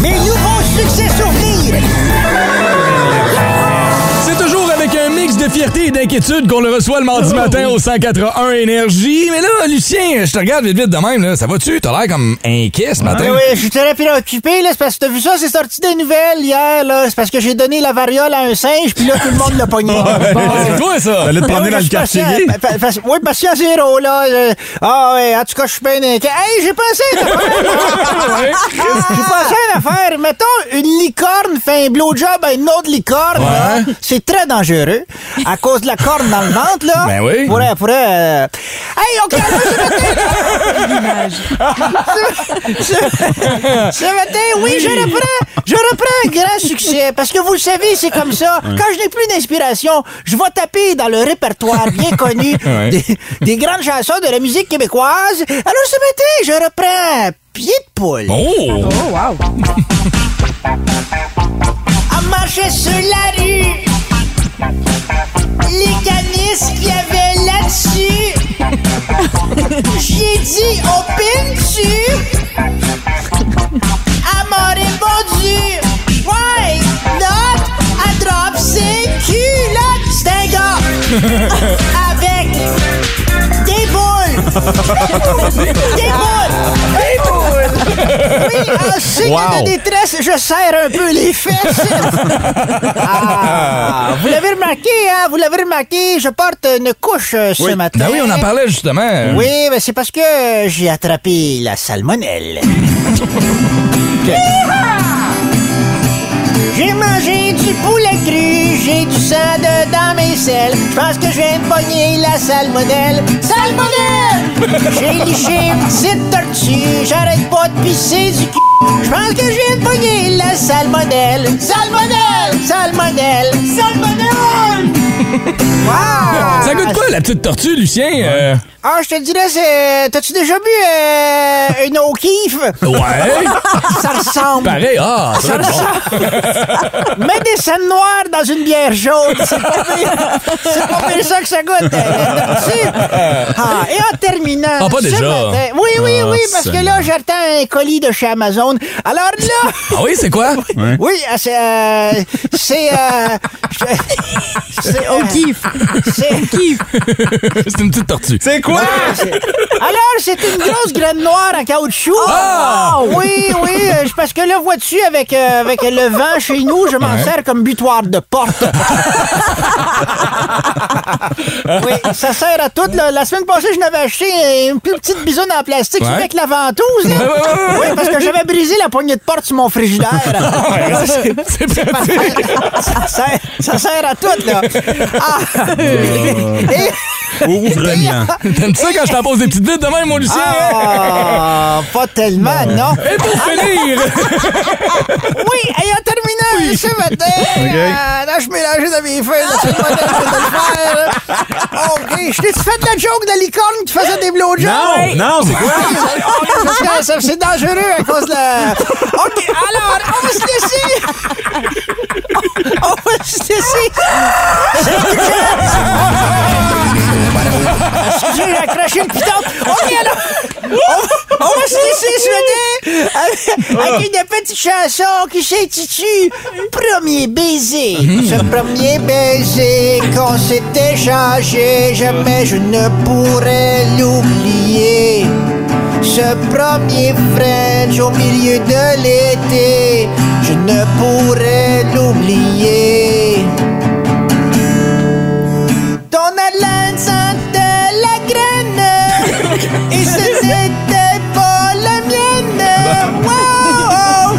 S10: Mes nouveaux succès sur fille.
S3: C'est toujours avec un mix de fierté et d'inquiétude qu'on le reçoit le
S7: Oh,
S3: mardi matin au 181 Énergie. Mais là, Lucien, je te regarde vite vite de même. Là. Ça va-tu? T'as l'air comme inquiet ce matin.
S12: Ah oui, je suis très préoccupé, là. C'est parce que t'as vu ça, c'est sorti des nouvelles hier, là. C'est parce que j'ai donné la variole à un singe, puis là, tout le monde l'a pogné.
S3: c'est toi, ça.
S12: Ah,
S3: Fallait te promener dans le quartier gay.
S12: Oui, parce qu'il y a zéro, là. Euh, Ah, ouais, en tout cas, je suis bien inquiet. Hey, j'ai pensé à une affaire. J'ai pensé à une affaire. Mettons, une licorne fait un blowjob à une autre licorne, là. C'est très dangereux. À cause de la corne dans le ventre, là.
S3: Ben oui.
S12: Pourrait, pourrait. euh, Hey, OK, là, c'est ce, ce matin, oui, je reprends, je reprends un grand succès. Parce que vous le savez, c'est comme ça. Quand je n'ai plus d'inspiration, je vais taper dans le répertoire bien connu des, des grandes chansons de la musique québécoise. Alors ce matin, je reprends Pied de poule.
S3: Oh!
S12: À marcher sur la rue, les canisses qu'il y avait là-dessus, j'ai dit au pintu, à mon répondu, why not I drop ses culottes? C'est un gars avec des boules, des boules. Oui, en signe
S6: Wow.
S12: de détresse, je serre un peu les fesses. Ah, vous l'avez remarqué, hein? Vous l'avez remarqué, je porte une couche euh, ce matin.
S3: Ben oui, on en parlait justement.
S12: Oui, mais c'est parce que euh, j'ai attrapé la salmonelle. J'ai mangé du poulet cru, j'ai du sang dedans mes selles. Je pense que je viens de pogner la salmonelle. Salmonelle! J'ai liché une petite tortue, j'arrête pas de pisser du cul. Je pense que je viens de pogner la salmonelle. Salmonelle! Salmonelle! Salmonelle! Wow!
S3: Ça goûte quoi, la petite tortue, Lucien? Euh,
S12: Ah, je te dirais, c'est... T'as-tu déjà bu euh, une O'Keeffe?
S3: Ouais!
S12: Ça ressemble.
S3: Pareil, ah! ça doit être bon.
S12: Mets des scènes noires dans une bière jaune. C'est pas pire. C'est pas pire ça que ça goûte. euh, tu sais. Ah, et en terminant.
S3: Ah, pas
S12: ce
S3: déjà.
S12: matin- oui, oui,
S3: Ah,
S12: oui, parce que là, j'attends un colis de chez Amazon. Alors là.
S3: Ah oui, c'est quoi?
S12: Oui, ah, c'est. euh, c'est. euh, je- c'est.
S7: On kiffe.
S12: C'est.
S7: On kiffe.
S3: C'est une petite tortue.
S6: C'est quoi?
S12: Alors, c'est une grosse graine noire en caoutchouc.
S3: Ah!
S12: Oui, oui, euh, je- parce que là, vois-tu, avec, euh, avec le vent chez nous, je m'en sers comme butoir de porte. Oui, ça sert à tout. là. La semaine passée, je n'avais acheté euh, une plus petite bisoune en plastique
S10: Ouais.
S12: avec la ventouse. là.
S10: Ouais, ouais, ouais,
S12: Oui,
S10: ouais.
S12: parce que j'avais brisé la poignée de porte sur mon frigidaire.
S10: Ouais, c'est- c'est pratique.
S12: Ça sert, ça sert à tout, là. Ah. Et-
S3: Ouvre-moi. T'aimes ça quand je t'en pose des petites bites de même, mon Lucien?
S12: Ah, pas tellement, non.
S3: Et pour finir!
S12: oui, ayant terminé ce matin, euh, là, je mélangeais dans mes feuilles, là, c'est le modèle que je vais le faire. là. OK, je t'ai-tu fait la joke de la licorne qui faisait des blowjobs?
S10: Non,
S12: Oui.
S10: non, c'est quoi?
S12: Oui, parce que ça, C'est dangereux à cause de la... OK, alors, on va se laisser... On va se laisser... Excusez, j'ai accroché une pitonne. OK, alors... On, on va se laisser souhaiter avec, avec une petite chanson qui s'intitule Premier baiser. Ce premier baiser qu'on s'est échangé, jamais je ne pourrai l'oublier. Ce premier French au milieu de l'été, je ne pourrai l'oublier. Ton haleine sentait la graine Et ce n'était pas la mienne Wow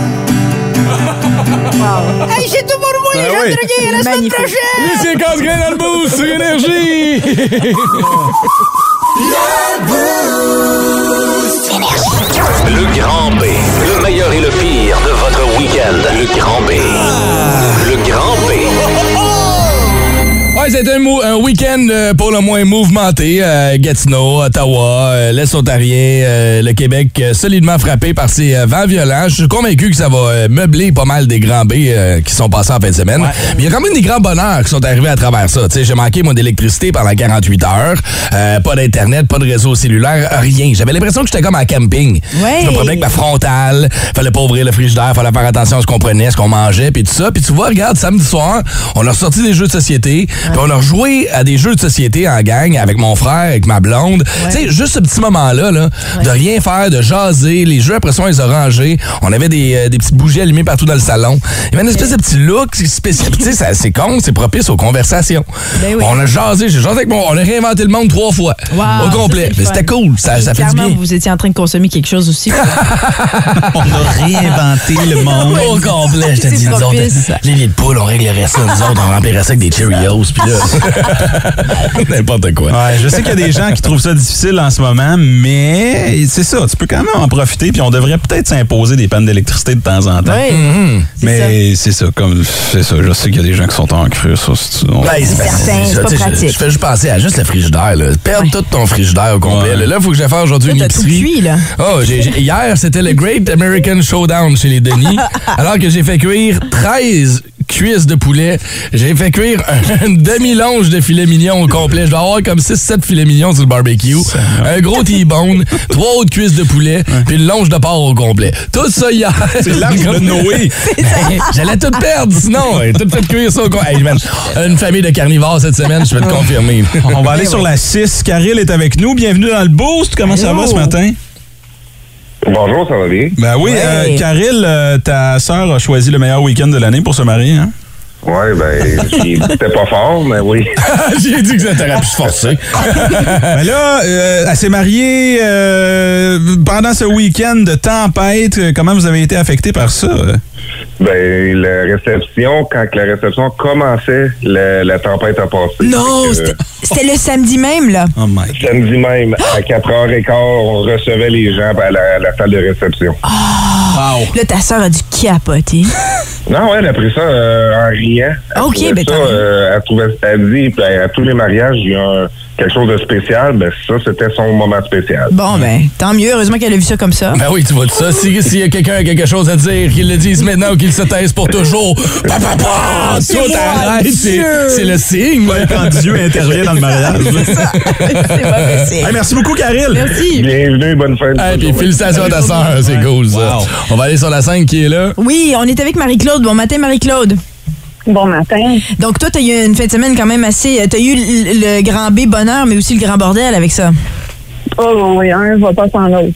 S12: Hey, j'ai tout
S3: Ah
S12: pour
S8: Ben
S12: moi, les gens de Druguier, à la semaine prochaine
S3: Lucien Casgrain dans le boost sur Énergie! Ah.
S10: Le Grand B. Le meilleur et le pire de votre week-end. Le Grand B. Le Grand B.
S3: Ouais, c'était un, mou- un week-end euh, pour le moins mouvementé. Euh, Gatineau, Ottawa, euh, l'Est ontarien, euh, le Québec euh, solidement frappé par ces euh, vents violents. Je suis convaincu que ça va euh, meubler pas mal des grands B euh, qui sont passés en fin de semaine. Mais il y a quand même des grands bonheurs qui sont arrivés à travers ça. Tu sais, J'ai manqué, moi, d'électricité pendant 48 heures. Euh, pas d'Internet, pas de réseau cellulaire, rien. J'avais l'impression que j'étais comme en camping. Je me promenais avec ma frontale. Fallait pas ouvrir le frigidaire, fallait faire attention à ce qu'on prenait, ce qu'on mangeait, puis tout ça. Puis tu vois, regarde, samedi soir, on a sorti des jeux de société, puis on a rejoué à des jeux de société en gang avec mon frère, avec ma blonde. Tu sais, juste ce petit moment-là, là, de rien faire, de jaser, les jeux après soin, ils ont rangé. On avait des, euh, des petites bougies allumées partout dans le salon. Il y avait une espèce de petit look spécial. tu sais, ça- c'est con, c'est propice aux conversations. On a jasé, j'ai jasé avec mon... On a réinventé le monde trois fois.
S7: Ben Wow,
S3: au
S7: ça,
S3: complet.
S7: c'est le
S3: Mais
S7: fun.
S3: c'était cool, ça,
S7: Et
S3: ça fait du
S7: clairement,
S3: bien.
S7: vous étiez en train de consommer quelque chose aussi.
S6: On a réinventé le monde.
S3: Au complet, je te
S7: C'est
S3: dis, nous autres,
S7: propice.
S3: les nids de poule, on réglerait ça, nous autres, on remplirait ça avec des Cheerios, puis là, n'importe quoi.
S6: Ouais, je sais qu'il y a des gens qui trouvent ça difficile en ce moment, mais c'est ça, tu peux quand même en profiter, puis on devrait peut-être s'imposer des pannes d'électricité de temps en temps.
S7: Ouais.
S3: Mhm.
S6: Mais c'est ça, comme c'est ça, je sais qu'il y a des gens qui sont en creux, ça, c'est- on-
S3: Ouais, c'est
S7: certain, Ben, c'est pas
S3: tu sais, je-
S7: pratique.
S3: Je fais juste penser à juste le frigidaire. Là. Perdre tout ton frigidaire au complet. Là, il faut que j'aille faire aujourd'hui une
S7: Là, t'as tout
S3: épicerie.
S7: cuit, là.
S3: Oh, j'ai- j'ai- hier, c'était le Great American Showdown chez les Denis. alors que j'ai fait cuire 13 cuisses de poulet. J'ai fait cuire une demi-longe de filet mignon au complet. Je dois avoir comme 6-7 filets mignons sur le barbecue. Un gros T-bone, trois autres cuisses de poulet, puis une longe de porc au complet. Tout ça hier.
S6: C'est l'arche de Noé.
S3: Ben, J'allais tout perdre, sinon. hein. Tout fait cuire ça au complet. Hey, man, une famille de carnivores cette semaine, je vais te confirmer. Ben
S6: On va aller sur la 6. Caril est avec nous. Bienvenue dans le Boost. Comment ça
S13: Allô.
S6: va ce matin?
S13: Bonjour, ça va bien?
S6: Ben oui,
S13: Ouais.
S6: euh, Caril, euh, ta sœur a choisi le meilleur week-end de l'année pour se marier, hein?
S13: Ouais, ben, j'ai- c'était pas fort, mais oui.
S3: J'ai dit que ça t'aurait pu se forcer.
S6: ben là, euh, elle s'est mariée euh, pendant ce week-end de tempête. Euh, Comment vous avez été affecté par ça? euh?
S13: Ben, la réception, quand que la réception commençait, la, la tempête a passé.
S7: Non,
S13: Fait que,
S7: c'était- c'était le samedi même, là.
S6: Oh my.
S13: Samedi même, à 4h15, on recevait les gens à la, à la salle de réception.
S7: Ah.
S3: Oh.
S7: Là, ta sœur a dû capoter.
S13: Non, ouais, elle a pris ça euh, en riant. Elle
S7: Ok,
S13: trouvait
S7: ben,
S13: ça,
S7: tant
S13: euh, elle trouvait, elle dit, puis à, à tous les mariages, il y a un- quelque chose de spécial, ben ça, c'était son moment spécial.
S7: Bon, ben, tant mieux. Heureusement qu'elle a vu ça comme ça.
S3: Ben oui, tu vois tout ça. Si- S'il y a quelqu'un a quelque chose à dire, qu'il le dise maintenant ou qu'il se taise pour toujours. Pa, pa, pa, tout arrête. C'est c'est le signe.
S6: Quand Dieu intervient dans le mariage. Hey, merci beaucoup, Caril.
S7: Merci.
S13: Bienvenue, bonne fin.
S3: Hey, puis félicitations à ta sœur, c'est cool ça. On va aller sur la 5 qui est là.
S7: Oui, on est avec Marie-Claude. Bon matin, Marie-Claude. Bon matin. Donc, toi, t'as eu une fin de semaine quand même assez. euh, T'as eu l- le grand B bonheur, mais aussi le grand bordel avec ça.
S14: Oh, oui, un va pas sans l'autre.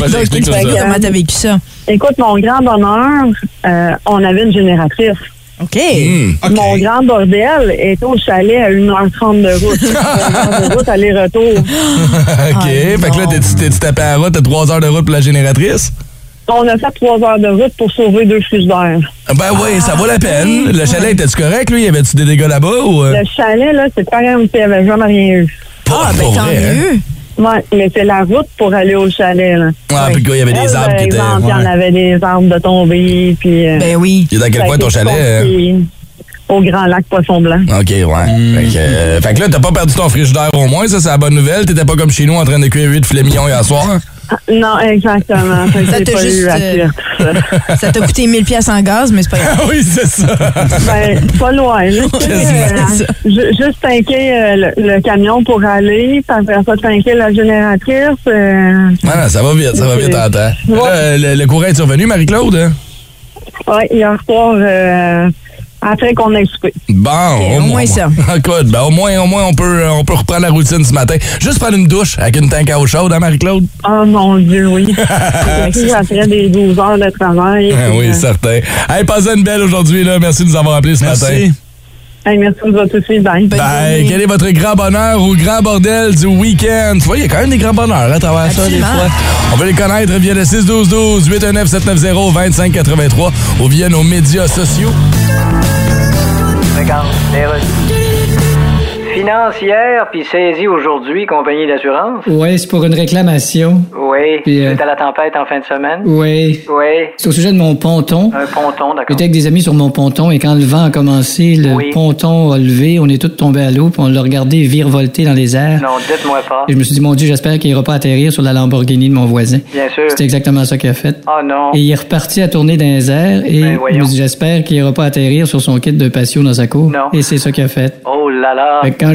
S7: Donc, explique-nous ça. comment t'as vécu ça?
S14: Écoute, mon grand bonheur, euh, on avait une génératrice.
S7: OK.
S14: Mon grand bordel était au chalet à 1h30 de route. 1h30 de route, aller-retour.
S3: OK. fait que là, t'es- t'es t'es tapé à la route, t'as trois heures de route pour la génératrice?
S14: On a fait trois heures de route pour sauver deux frigidaires.
S3: Ben oui, ça vaut la peine. Le chalet était-tu correct, lui? Y avait-tu des dégâts là-bas ou. euh?
S14: Ah, Le chalet, là, c'est pas grave, il n'y avait jamais rien eu.
S3: Ah, ben, pour tant vrai, mieux.
S14: Ouais, mais c'est la route pour aller au chalet, là.
S3: Ah, puis le gars, il y avait des
S14: Elle,
S3: arbres
S14: par
S3: qui étaient-
S14: exemple, Il y en
S3: ouais.
S14: avait des arbres de tomber, puis... euh,
S7: ben oui.
S3: Il est dans quel
S14: ça a
S3: coin, ton
S14: été
S3: chalet,
S14: construit Au Grand Lac Poisson-Blanc.
S3: OK, ouais. Fait, que, euh, fait que là, t'as pas perdu ton frigidaire au moins, ça, c'est la bonne nouvelle. T'étais pas comme chez nous en train de cuire 8 filets mignons hier soir.
S14: Ah, Non, exactement. Fait que
S7: Ça
S14: j'ai
S7: t'a
S14: pas
S7: juste,
S14: eu à
S7: euh,
S14: dire.
S7: Ça t'a coûté 1000 pièces en gaz, mais c'est pas grave.
S3: Ah oui, c'est ça.
S14: Ben, pas loin. Juste,
S7: Quasiment.
S14: euh, ju- juste tanker euh, le, le camion pour aller, puis après ça, tanker la génératrice. euh,
S3: Ah, non, ça va vite, ça va vite en temps. Là, le, le courant est survenu, Marie-Claude? hein?
S14: ouais, hier soir, euh, après qu'on ait soupé.
S3: Bon,
S14: Ok, au moins ça.
S3: Écoute, ben, au moins, au moins, on peut, euh, on peut reprendre la routine ce matin. Juste prendre une douche avec une tank à eau chaude, hein, Marie-Claude?
S14: Oh mon Dieu, oui. Et puis, après des 12 heures de travail.
S3: Ah
S14: puis,
S3: oui,
S14: euh,
S3: certain. Hey, passez une belle aujourd'hui, là. Merci de nous avoir appelés ce matin.
S14: hey, merci de votre aussi. Bye.
S3: Hey, quel est votre grand bonheur ou grand bordel du week-end? Tu vois, il y a quand même des grands bonheurs à travers ça, des
S10: Absolument.
S3: fois. On veut les connaître via le 612-12, 819-790-2583 ou via nos médias sociaux.
S15: Regarde, les rues. Financière, puis saisie aujourd'hui, compagnie d'assurance.
S9: Oui, c'est pour une réclamation.
S15: Oui.
S9: Puis, euh,
S15: C'est à la tempête en fin de semaine.
S9: Oui.
S15: Oui.
S9: C'est au sujet de mon ponton.
S15: Un ponton, d'accord.
S9: J'étais avec des amis sur mon ponton et quand le vent a commencé, le
S15: Oui.
S9: ponton a levé, on est tous tombés à l'eau puis on l'a regardé virevolter dans les airs.
S15: Non, dites-moi pas.
S9: Et je me suis dit, mon Dieu, j'espère qu'il n'ira pas atterrir sur la Lamborghini de mon voisin.
S15: Bien sûr.
S9: C'est exactement ça qu'il a fait.
S15: Oh non.
S9: Et il est reparti à tourner dans les airs et
S15: Ben,
S9: je
S15: voyons.
S9: me suis dit, j'espère qu'il n'ira pas atterrir sur son kit de patio dans sa cour. Et c'est ça qu'il a fait.
S15: Oh là là.
S9: Fait que quand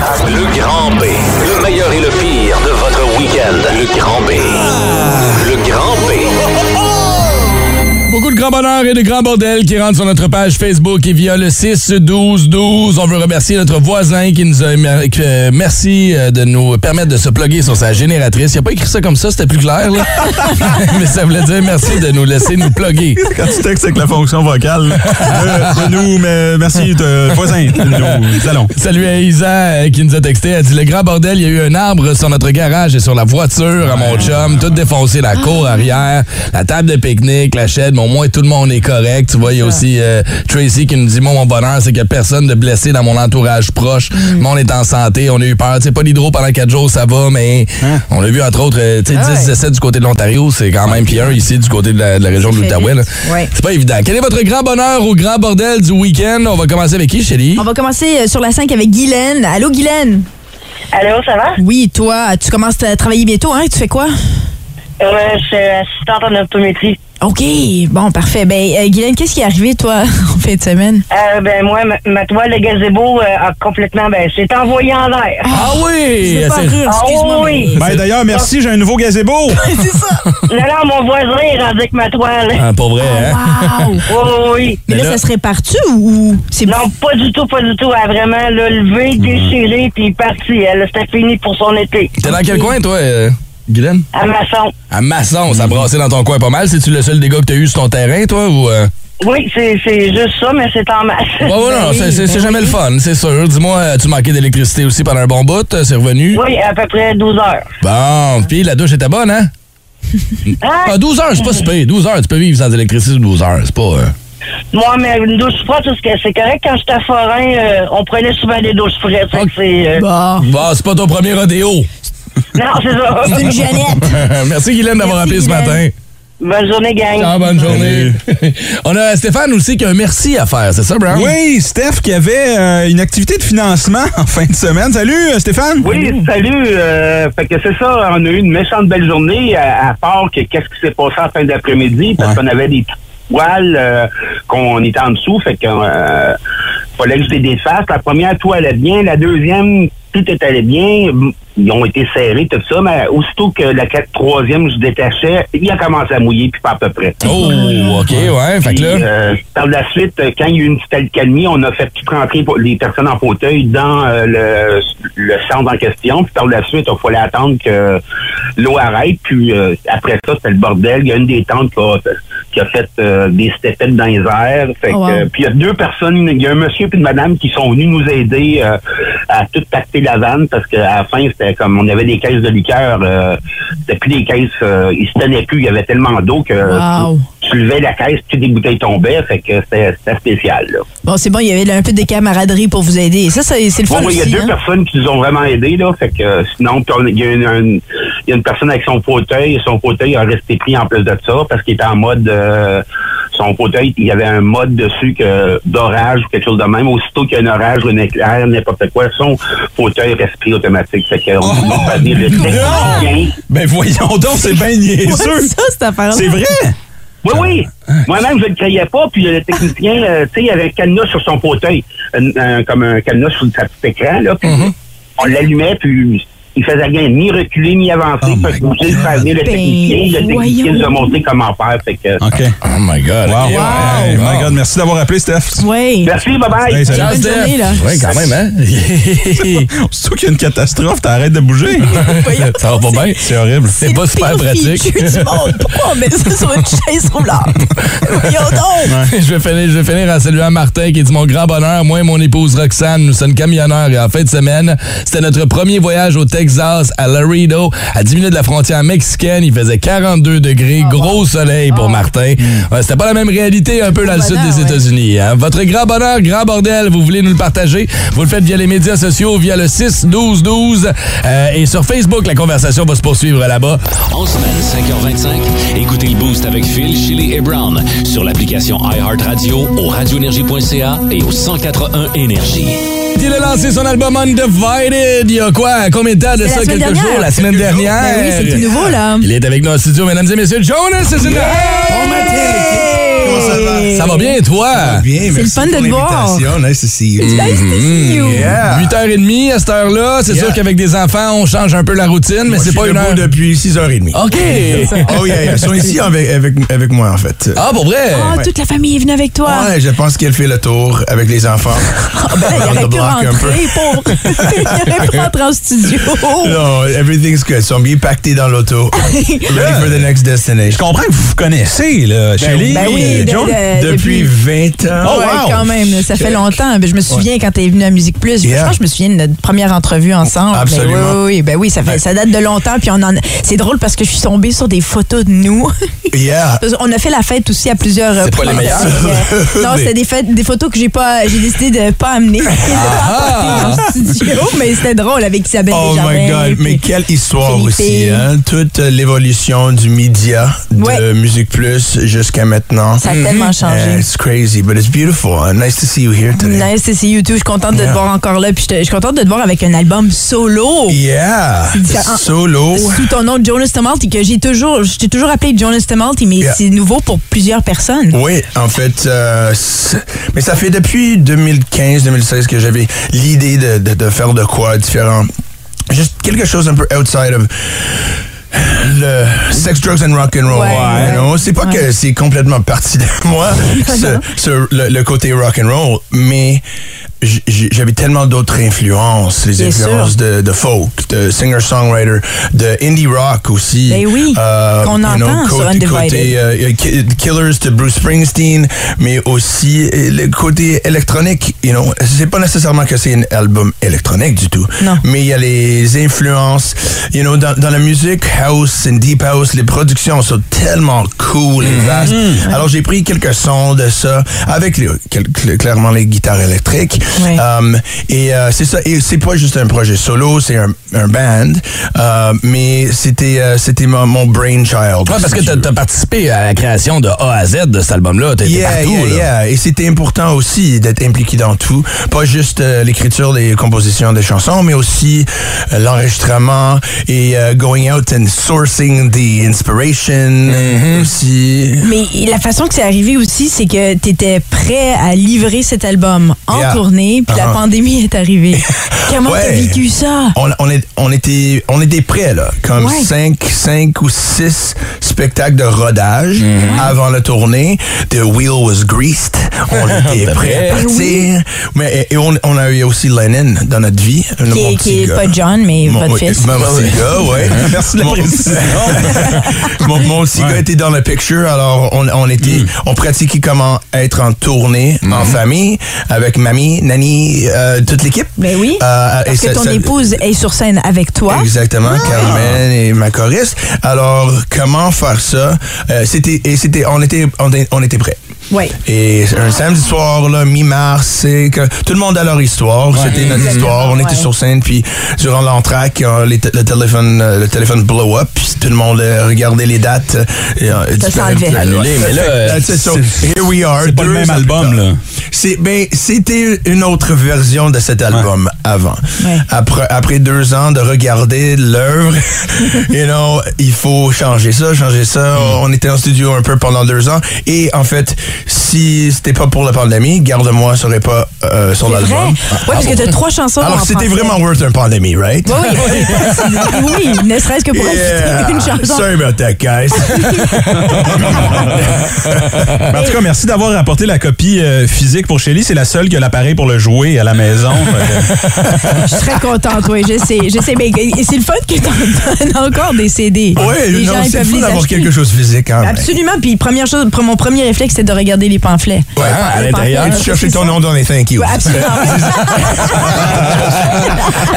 S10: Le Grand B. Le meilleur et le pire de votre week-end. Le Grand B. Le Grand
S3: Oh,
S10: B.
S3: Beaucoup de grands bonheurs et de grands bordels qui rentrent sur notre page Facebook et via le 6-12-12. On veut remercier notre voisin qui nous a... mer- que- euh, Merci euh, de nous permettre de se plugger sur sa génératrice. Il a pas écrit ça comme ça, c'était plus clair. là. Mais ça voulait dire merci de nous laisser nous plugger.
S6: Quand tu textes avec la fonction vocale, euh, nous, mais merci, de- voisin, nous allons.
S3: Salut à Isa euh, qui nous a texté. Elle dit Le grand bordel, il y a eu un arbre sur notre garage et sur la voiture à mon chum. Tout défoncé, la cour arrière, la table de pique-nique, la chaîne. Mais au moins, tout le monde est correct. Tu vois, il y a aussi euh, Tracy qui nous dit Moi, mon bonheur, c'est que personne de blessé dans mon entourage proche. Le monde est en santé. On a eu peur. Tu sais, pas d'hydro pendant quatre jours, ça va, mais on a vu, entre autres, euh, tu sais, 10 décès du côté de l'Ontario. C'est quand même pire ici, du côté de la, de la région de l'Outaouais. là. C'est pas évident. Quel est votre grand bonheur ou grand bordel du week-end On va commencer avec qui, chérie
S7: On va commencer euh, sur la 5 avec Guylaine. Allô, Guylaine?
S14: Allô, ça va?
S7: Oui, toi, tu commences à travailler bientôt, hein? Tu fais quoi?
S14: Ouais, je suis assistante en optométrie.
S7: OK, bon, parfait. Ben, euh, Guylaine, qu'est-ce qui est arrivé, toi, en fin de semaine?
S14: Euh, ben moi, ma, ma toile de gazebo euh, a complètement, ben, c'est envoyé en l'air.
S3: Ah oui!
S14: Je veux pas
S6: c'est-
S14: rire, excuse-moi,
S6: Ah
S14: mais-
S6: Ben d'ailleurs, merci, j'ai un nouveau gazebo.
S14: Non, non, mon voisin est rendu avec ma toile.
S3: Ah, pas vrai,
S7: hein?
S14: Oui, oui, oui.
S7: Mais là, ça se répare-tu ou c'est
S14: Non, pas du tout, pas du tout. Elle a vraiment là, levé,
S3: Hmm.
S14: déchiré, puis parti. Elle, c'était fini pour son été.
S3: T'es dans quel coin, toi, euh, Guylaine?
S14: À maçon.
S3: À Masson, ça brassait dans ton coin pas mal. C'est-tu le seul dégât que t'as eu sur ton terrain, toi, ou... euh?
S14: Oui, c'est c'est juste ça, mais c'est en masse.
S3: Ouais, ouais, non, c'est- c'est
S14: ben
S3: c'est jamais le fun, c'est sûr. Dis-moi, euh, tu manquais d'électricité aussi pendant un bon bout, euh, c'est revenu?
S14: Oui, à peu près 12 heures.
S3: Bon, puis la douche était bonne, hein? Ah, 12 heures, c'est pas super. 12 heures, tu peux vivre sans électricité 12 heures, c'est pas... euh,
S14: Moi, mais une douche froide, parce que c'est correct. Quand j'étais forain, euh, on prenait souvent des douches froides. fait que c'est, euh,
S3: Bon, c'est pas ton premier rodéo.
S14: Non, c'est ça.
S3: Merci, Guylaine, d'avoir appelé ce matin.
S14: Bonne journée, gang.
S3: Ciao, bonne journée. On a Stéphane aussi qui a un merci à faire, c'est ça, Brown?
S6: Oui, Steph qui avait euh, une activité de financement en fin de semaine. Salut euh, Stéphane!
S16: Oui, salut. euh, fait que c'est ça, on a eu une méchante belle journée, à, à part que qu'est-ce qui s'est passé en fin d'après-midi, parce qu'on avait des toiles euh, qu'on était en dessous, fait que euh, fallait que je les défasse. La première, tout allait bien. La deuxième, tout est allé bien. Ils ont été serrés, tout ça. Mais aussitôt que la quatre- troisième, je détachais, il a commencé à mouiller, puis pas à peu près.
S3: Oh, OK, ouais. Fait que là.
S16: Euh, par la suite, euh, quand il y a eu une petite accalmie, on a fait tout rentrer pour- les personnes en fauteuil dans euh, le, le centre en question. Puis par la suite, il fallait attendre que l'eau arrête. Puis euh, après ça, c'était le bordel. Il y a une des tentes qui a, qui a fait euh, des stepettes dans les airs. Fait que,
S10: Oh, wow.
S16: euh, puis il y a deux personnes, il y a un monsieur et une madame qui sont venus nous aider euh, à tout pacter la vanne parce qu'à la fin, c'était comme on avait des caisses de liqueur. Euh, c'était plus des caisses, euh, ils se tenaient plus. Il y avait tellement d'eau que
S7: Wow.
S16: tu levais la caisse, toutes les bouteilles tombaient, fait que c'était c'était spécial. Là.
S7: Bon, c'est bon, il y avait là, un peu de camaraderie pour vous aider. Ça, ça, c'est le fun
S16: Bon, il y a
S7: aussi,
S16: deux
S7: hein?
S16: personnes qui nous ont vraiment aidés, là, fait que euh, sinon, puis on- il y, a une- une- il y a une personne avec son fauteuil, son fauteuil a resté pris en plus de ça, parce qu'il était en mode, euh, son fauteuil, il y avait un mode dessus que d'orage ou quelque chose de même, aussitôt qu'il y a un orage, un éclair, n'importe quoi, son fauteuil reste pris automatique, fait qu'on on va venir le technicien.
S6: Oh, Ben voyons donc, c'est bien niaiseux.
S7: ça, cette affaire-là?
S6: C'est vrai? Ah,
S16: Oui, oui. Moi-même, je ne le créais pas, puis le technicien, euh, tu sais, avait un cadenas sur son fauteuil, un- un- comme un cadenas sur sa petite écran, là, puis
S6: Mhm.
S16: on l'allumait, puis il faisait rien, ni reculer, ni
S6: Oh
S16: avancer, parce que j'ai le faire venir le
S10: Ben,
S16: technicien, le technicien
S10: voyons.
S16: nous a montré comment faire, fait que...
S6: OK.
S3: Oh my God.
S6: Wow.
S3: OK,
S6: Hey, My God, merci d'avoir appelé, Steph.
S7: Oui.
S16: Merci, bye-bye.
S6: Hey, salut.
S3: Ciao, Steph. Ouais, quand même, hein?
S6: Surtout qu'il y a une catastrophe, t'arrêtes de bouger.
S3: ça va pas bien.
S6: C'est horrible.
S3: C'est pas super pratique.
S7: Fichu du monde. Pourquoi on met ça sur une chaise roulante? Voyons donc!
S3: Ouais. Je, vais finir, je vais finir en saluant Martin qui dit Mon grand bonheur, moi et mon épouse Roxane, nous sommes camionneurs et en fin de semaine, c'était notre premier voyage au Texas, à Laredo, à 10 minutes de la frontière mexicaine. Il faisait 42 degrés, gros soleil pour Martin. Ouais, c'était pas la même réalité un peu dans le sud des États-Unis. hein. Votre grand bonheur, grand bordel, vous voulez nous le partager Vous le faites via les médias sociaux, via le 6-12-12 euh, et sur Facebook, la conversation va se poursuivre là-bas.
S1: En semaine, 5h25, écoutez le Boost avec Phil, Chili et Brown sur l'application iHeartRadio au radioénergie.ca et au 181 Énergie.
S3: Il a lancé son album Undivided il y a quoi? Combien de temps de
S7: C'était la
S3: ça?
S7: semaine
S3: Quelques
S7: dernière.
S3: jours? La semaine
S7: Quelques jours.
S3: dernière.
S7: Ben oui, c'est tout nouveau, là.
S3: Il est avec nous en studio, mesdames et messieurs. Jonas, c'est une Ça va bien, toi?
S17: bien,
S7: C'est le
S17: merci
S7: fun de
S17: pour
S7: te voir.
S17: l'invitation. Nice to see you.
S7: Nice to see
S3: Mm-hmm.
S7: you.
S17: Yeah.
S3: 8h30 à cette heure-là. C'est
S17: Yeah.
S3: sûr qu'avec des enfants, on change un peu la routine, mais
S17: Moi,
S3: c'est
S17: je
S3: pas
S17: suis
S3: une
S17: debout
S3: heure.
S17: depuis 6h30.
S3: OK.
S17: Oh yeah, yeah. Ils sont ici avec, avec, avec moi en fait.
S3: Ah, pour vrai?
S7: Ah,
S17: Ouais.
S7: toute la famille est venue avec toi. Ah, ben,
S17: Ouais, je pense qu'elle fait le tour avec les enfants.
S7: Il
S17: On
S7: aurait
S17: the
S7: pu
S17: block un peu.
S7: rentrer, pauvre. Il aurait pu rentrer en studio.
S17: Non, everything's good. Ils sont bien pactés dans l'auto. Ready for the next
S6: Je
S17: destination.
S6: comprends que vous vous connaissez, là, Shelly.
S7: Ben oui, de-
S6: Joe.
S7: de-
S17: depuis 20 ans.
S7: Ah Ouais, quand même, là, ça
S17: Euh,
S7: fait longtemps. Ben, je me souviens quand t'es venu à Musique Plus. Je pense que je me souviens de notre première entrevue ensemble. Ben
S17: Absolument.
S7: oui, oui, ben oui, ça, fait, ça date de longtemps. Puis on en... c'est drôle parce que je suis tombée sur des photos de nous.
S17: Yeah.
S7: Parce qu'on a fait la fête aussi à plusieurs reprises.
S17: Ah. pas les meilleurs.
S7: Euh, non, c'était des, fêtes- des photos que j'ai pas, j'ai décidé de pas amener.
S17: Ah.
S7: Dans le studio, mais c'était drôle avec Isabelle
S17: Oh my
S7: Desjardins,
S17: God, mais
S7: puis-
S17: quelle histoire
S7: Philippe.
S17: aussi, hein? Toute euh, l'évolution du média, de
S7: Ouais.
S17: Musique Plus jusqu'à maintenant.
S7: Ça a tellement changé.
S17: Uh, it's crazy, but it's beautiful. Uh, nice to see you here today.
S7: Nice to see you too. Je suis contente de te
S17: Yeah.
S7: voir encore là. Puis je, te- je suis contente de te voir avec un album solo.
S17: Yeah!
S7: C'est différent.
S17: Ah, Solo.
S7: Sous ton nom Jonas Temalti, que j'ai toujours, je t'ai toujours appelé Jonas Temalti, mais
S17: Yeah.
S7: c'est nouveau pour plusieurs personnes.
S17: Oui, en fait, euh, c'est- mais ça fait depuis 2015-2016 que j'avais l'idée de, de- de faire de quoi différent. Juste quelque chose un peu outside of le sex, drugs and rock and roll.
S10: Ouais.
S17: you know? C'est pas que c'est complètement parti de moi, ce- ce- le, le côté rock and roll, mais j- j- j'avais tellement d'autres influences, les
S10: Bien
S17: influences
S10: sûr.
S17: de, de folk, de singer-songwriter, de indie rock aussi.
S10: Ben oui,
S17: Euh,
S10: qu'on
S17: you know,
S10: entend sur
S17: côté-
S10: Undivided.
S17: côté, euh, euh, Ki- Killers de Bruce Springsteen, mais aussi euh, le côté électronique. You know, c'est pas nécessairement que c'est un album électronique du tout, mais il y a les influences. You know, dans, dans la musique house and deep house, les productions sont tellement cool
S10: Mhm.
S17: et vastes. Alors j'ai pris quelques sons de ça avec les- quel- cl- clairement les guitares électriques,
S7: Ouais.
S17: Um, et euh, c'est ça. Et c'est pas juste un projet solo, c'est un, un band. Euh, mais c'était euh, c'était mon, mon brainchild.
S3: Ouais, parce que t'as- t'as participé à la création de A à Z de cet album-là. T'as été
S17: Yeah,
S3: partout.
S17: yeah,
S3: là.
S17: yeah. Et c'était important aussi d'être impliqué dans tout. Pas juste euh, l'écriture des compositions des chansons, mais aussi euh, l'enregistrement et euh, going out and sourcing the inspiration
S3: Mm-hmm.
S17: aussi.
S7: Mais la façon que c'est arrivé aussi, c'est que tu étais prêt à livrer cet album en
S17: Yeah.
S7: tournée, puis la
S17: Uh-huh.
S7: pandémie est arrivée. Comment t'as
S17: Ouais.
S7: vécu ça?
S17: On, on est- on était, on était prêts, là. Comme
S7: Ah. Ouais.
S17: cinq, cinq ou six spectacles de rodage
S7: Mhm.
S17: avant la tournée. The wheel was greased. On était prêts à
S7: Ben
S17: partir.
S7: oui.
S17: Mais, et on, on a eu aussi Lennon dans notre vie. le-
S7: Qui
S17: mon
S7: est,
S17: petit
S7: qui est
S17: gars.
S7: pas John, mais
S17: Mon-
S7: votre
S17: oui,
S7: fils.
S17: mon petit gars, ouais.
S6: Merci de la
S17: Mon-
S6: précision.
S17: mon, mon petit gars était dans le picture, alors on, on
S7: Mm.
S17: était, on pratiquait comment être en tournée
S7: Mm-hmm.
S17: en famille avec mamie, nanny, euh, toute l'équipe. Euh,
S7: Ben oui. Parce que ton épouse est sur scène avec toi.
S17: Exactement, Carmen et ma choriste. Alors, comment faire ça? Euh, c'était, et c'était, on était, on, était- on était prêts.
S7: Oui.
S17: Et un samedi soir, là, mi-mars, c'est que tout le monde a leur histoire. C'était notre histoire. On était sur scène, puis durant l'entraque, euh, les t- le téléphone, euh, le téléphone blow up, puis tout le monde euh, regardait les dates. euh, Et, euh,
S7: Ça
S17: différentes-
S7: s'enlevait.
S3: Annulé, mais là,
S17: Fait que, that's it. So, here we are.
S6: C'est pas le
S17: deux
S6: même
S17: ans plus
S6: album,
S17: tard.
S6: là.
S17: C'est ben c'était une autre version de cet album avant. Après après deux ans de regarder l'œuvre, you know, il faut changer ça, changer ça.
S6: Hmm.
S17: On était en studio un peu pendant deux ans et en fait, si c'était pas pour la pandémie, garde-moi serait pas euh, sur
S7: C'est
S17: l'album. Ah,
S7: vrai? Ouais, parce que t'as trois chansons en
S17: Alors c'était
S7: français.
S17: vraiment worth un pandémie, right?
S7: Oui, oui. Oui, ne serait-ce que pour
S17: Yeah.
S7: ajouter une chanson.
S17: Sorry about that, guys.
S6: Ben, en tout cas, merci d'avoir apporté la copie euh, physique pour Shelly. C'est la seule qui a l'appareil pour le jouer à la maison.
S7: Je suis très contente, oui, je sais, je sais. Mais et c'est le fun que t'en donnes encore des CD.
S17: Oui,
S7: Les
S17: non,
S7: gens, ils
S17: c'est le
S7: peuvent
S17: fun
S7: les
S17: d'avoir
S7: acheter.
S17: quelque chose de physique. Hein, mais-
S7: Absolument. Puis première chose, pr- mon premier réflexe, c'est de regarder les pamphlets.
S17: Ouais, à l'intérieur. Et tu cherches ton nom dans les thank yous.
S7: Ouais, absolument.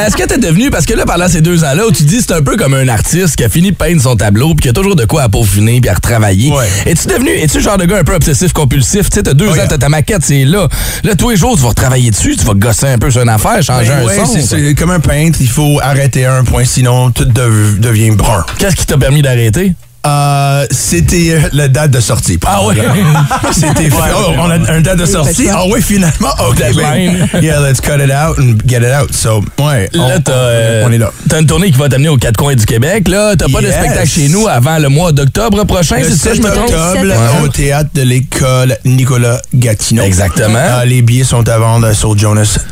S3: Est-ce que t'es devenu, parce que là, pendant ces deux ans-là, où tu dis c'est un peu comme un artiste qui a fini de peindre son tableau puis qui a toujours de quoi à peaufiner puis à retravailler. Es-tu devenu, es-tu le genre de gars un peu obsessif-compulsif? Tu sais, t'as deux
S17: Oh,
S3: ans, t'as ta maquette, c'est là. Là, tous les jours, tu vas retravailler dessus, tu vas gosser un peu sur une affaire, changer
S17: Ben
S3: un
S17: ouais,
S3: son.
S17: c'est- c'est comme un peintre, il faut arrêter un point, sinon tout dev- devient brun.
S3: Qu'est-ce qui t'a permis d'arrêter?
S17: c'était euh, la date de sortie. Ah
S3: ouais?
S17: C'était
S3: Ouais,
S17: oh, on a une date de
S3: oui,
S17: sortie.
S3: parce
S17: Ah
S3: que-
S17: oui, finalement. OK,
S3: Deadline.
S17: ben, yeah, let's cut it out and get it out. So, ouais.
S3: Là,
S17: on-
S3: t'as euh,
S17: on est là.
S3: t'as une tournée qui va t'amener aux quatre coins du Québec. Là, t'as pas de
S17: Yes.
S3: spectacle chez nous avant le mois d'octobre prochain,
S17: Le
S3: Ben, c'est ça, je
S17: 7
S3: me trompe?
S17: octobre,
S3: Ouais.
S17: au théâtre de l'école Nicolas Gatineau.
S3: Exactement.
S17: Euh, les billets sont à vendre sur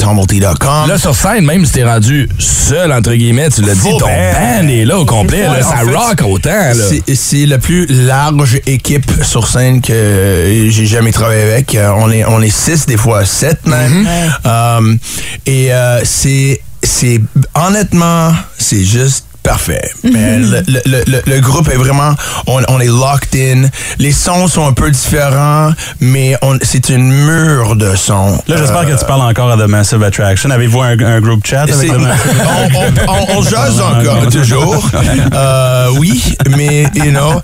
S17: jonastombalty.com.
S3: Là, sur scène, même si t'es rendu seul, entre guillemets, tu l'as dit,
S17: Full
S3: ton
S17: band.
S3: band Ben, est là au complet. là.
S17: Ouais,
S3: ça
S17: en fait,
S3: rock autant. Là.
S17: C'est, c'est la plus large équipe sur scène que euh, j'ai jamais travaillé avec. Euh, On est, on est six, des fois sept
S3: Mhm.
S17: même. Um, et euh, c'est, c'est, honnêtement, c'est juste parfait. Mais le, le- le- le- le groupe est vraiment, on, on est locked in. Les sons sont un peu différents, mais on, c'est une mur de sons.
S6: Là, j'espère que tu parles encore à The Massive Attraction. Avez-vous un, un group chat avec
S17: C'est-
S6: The Massive
S17: on, on- on jase encore, toujours. Euh, oui, mais, you know,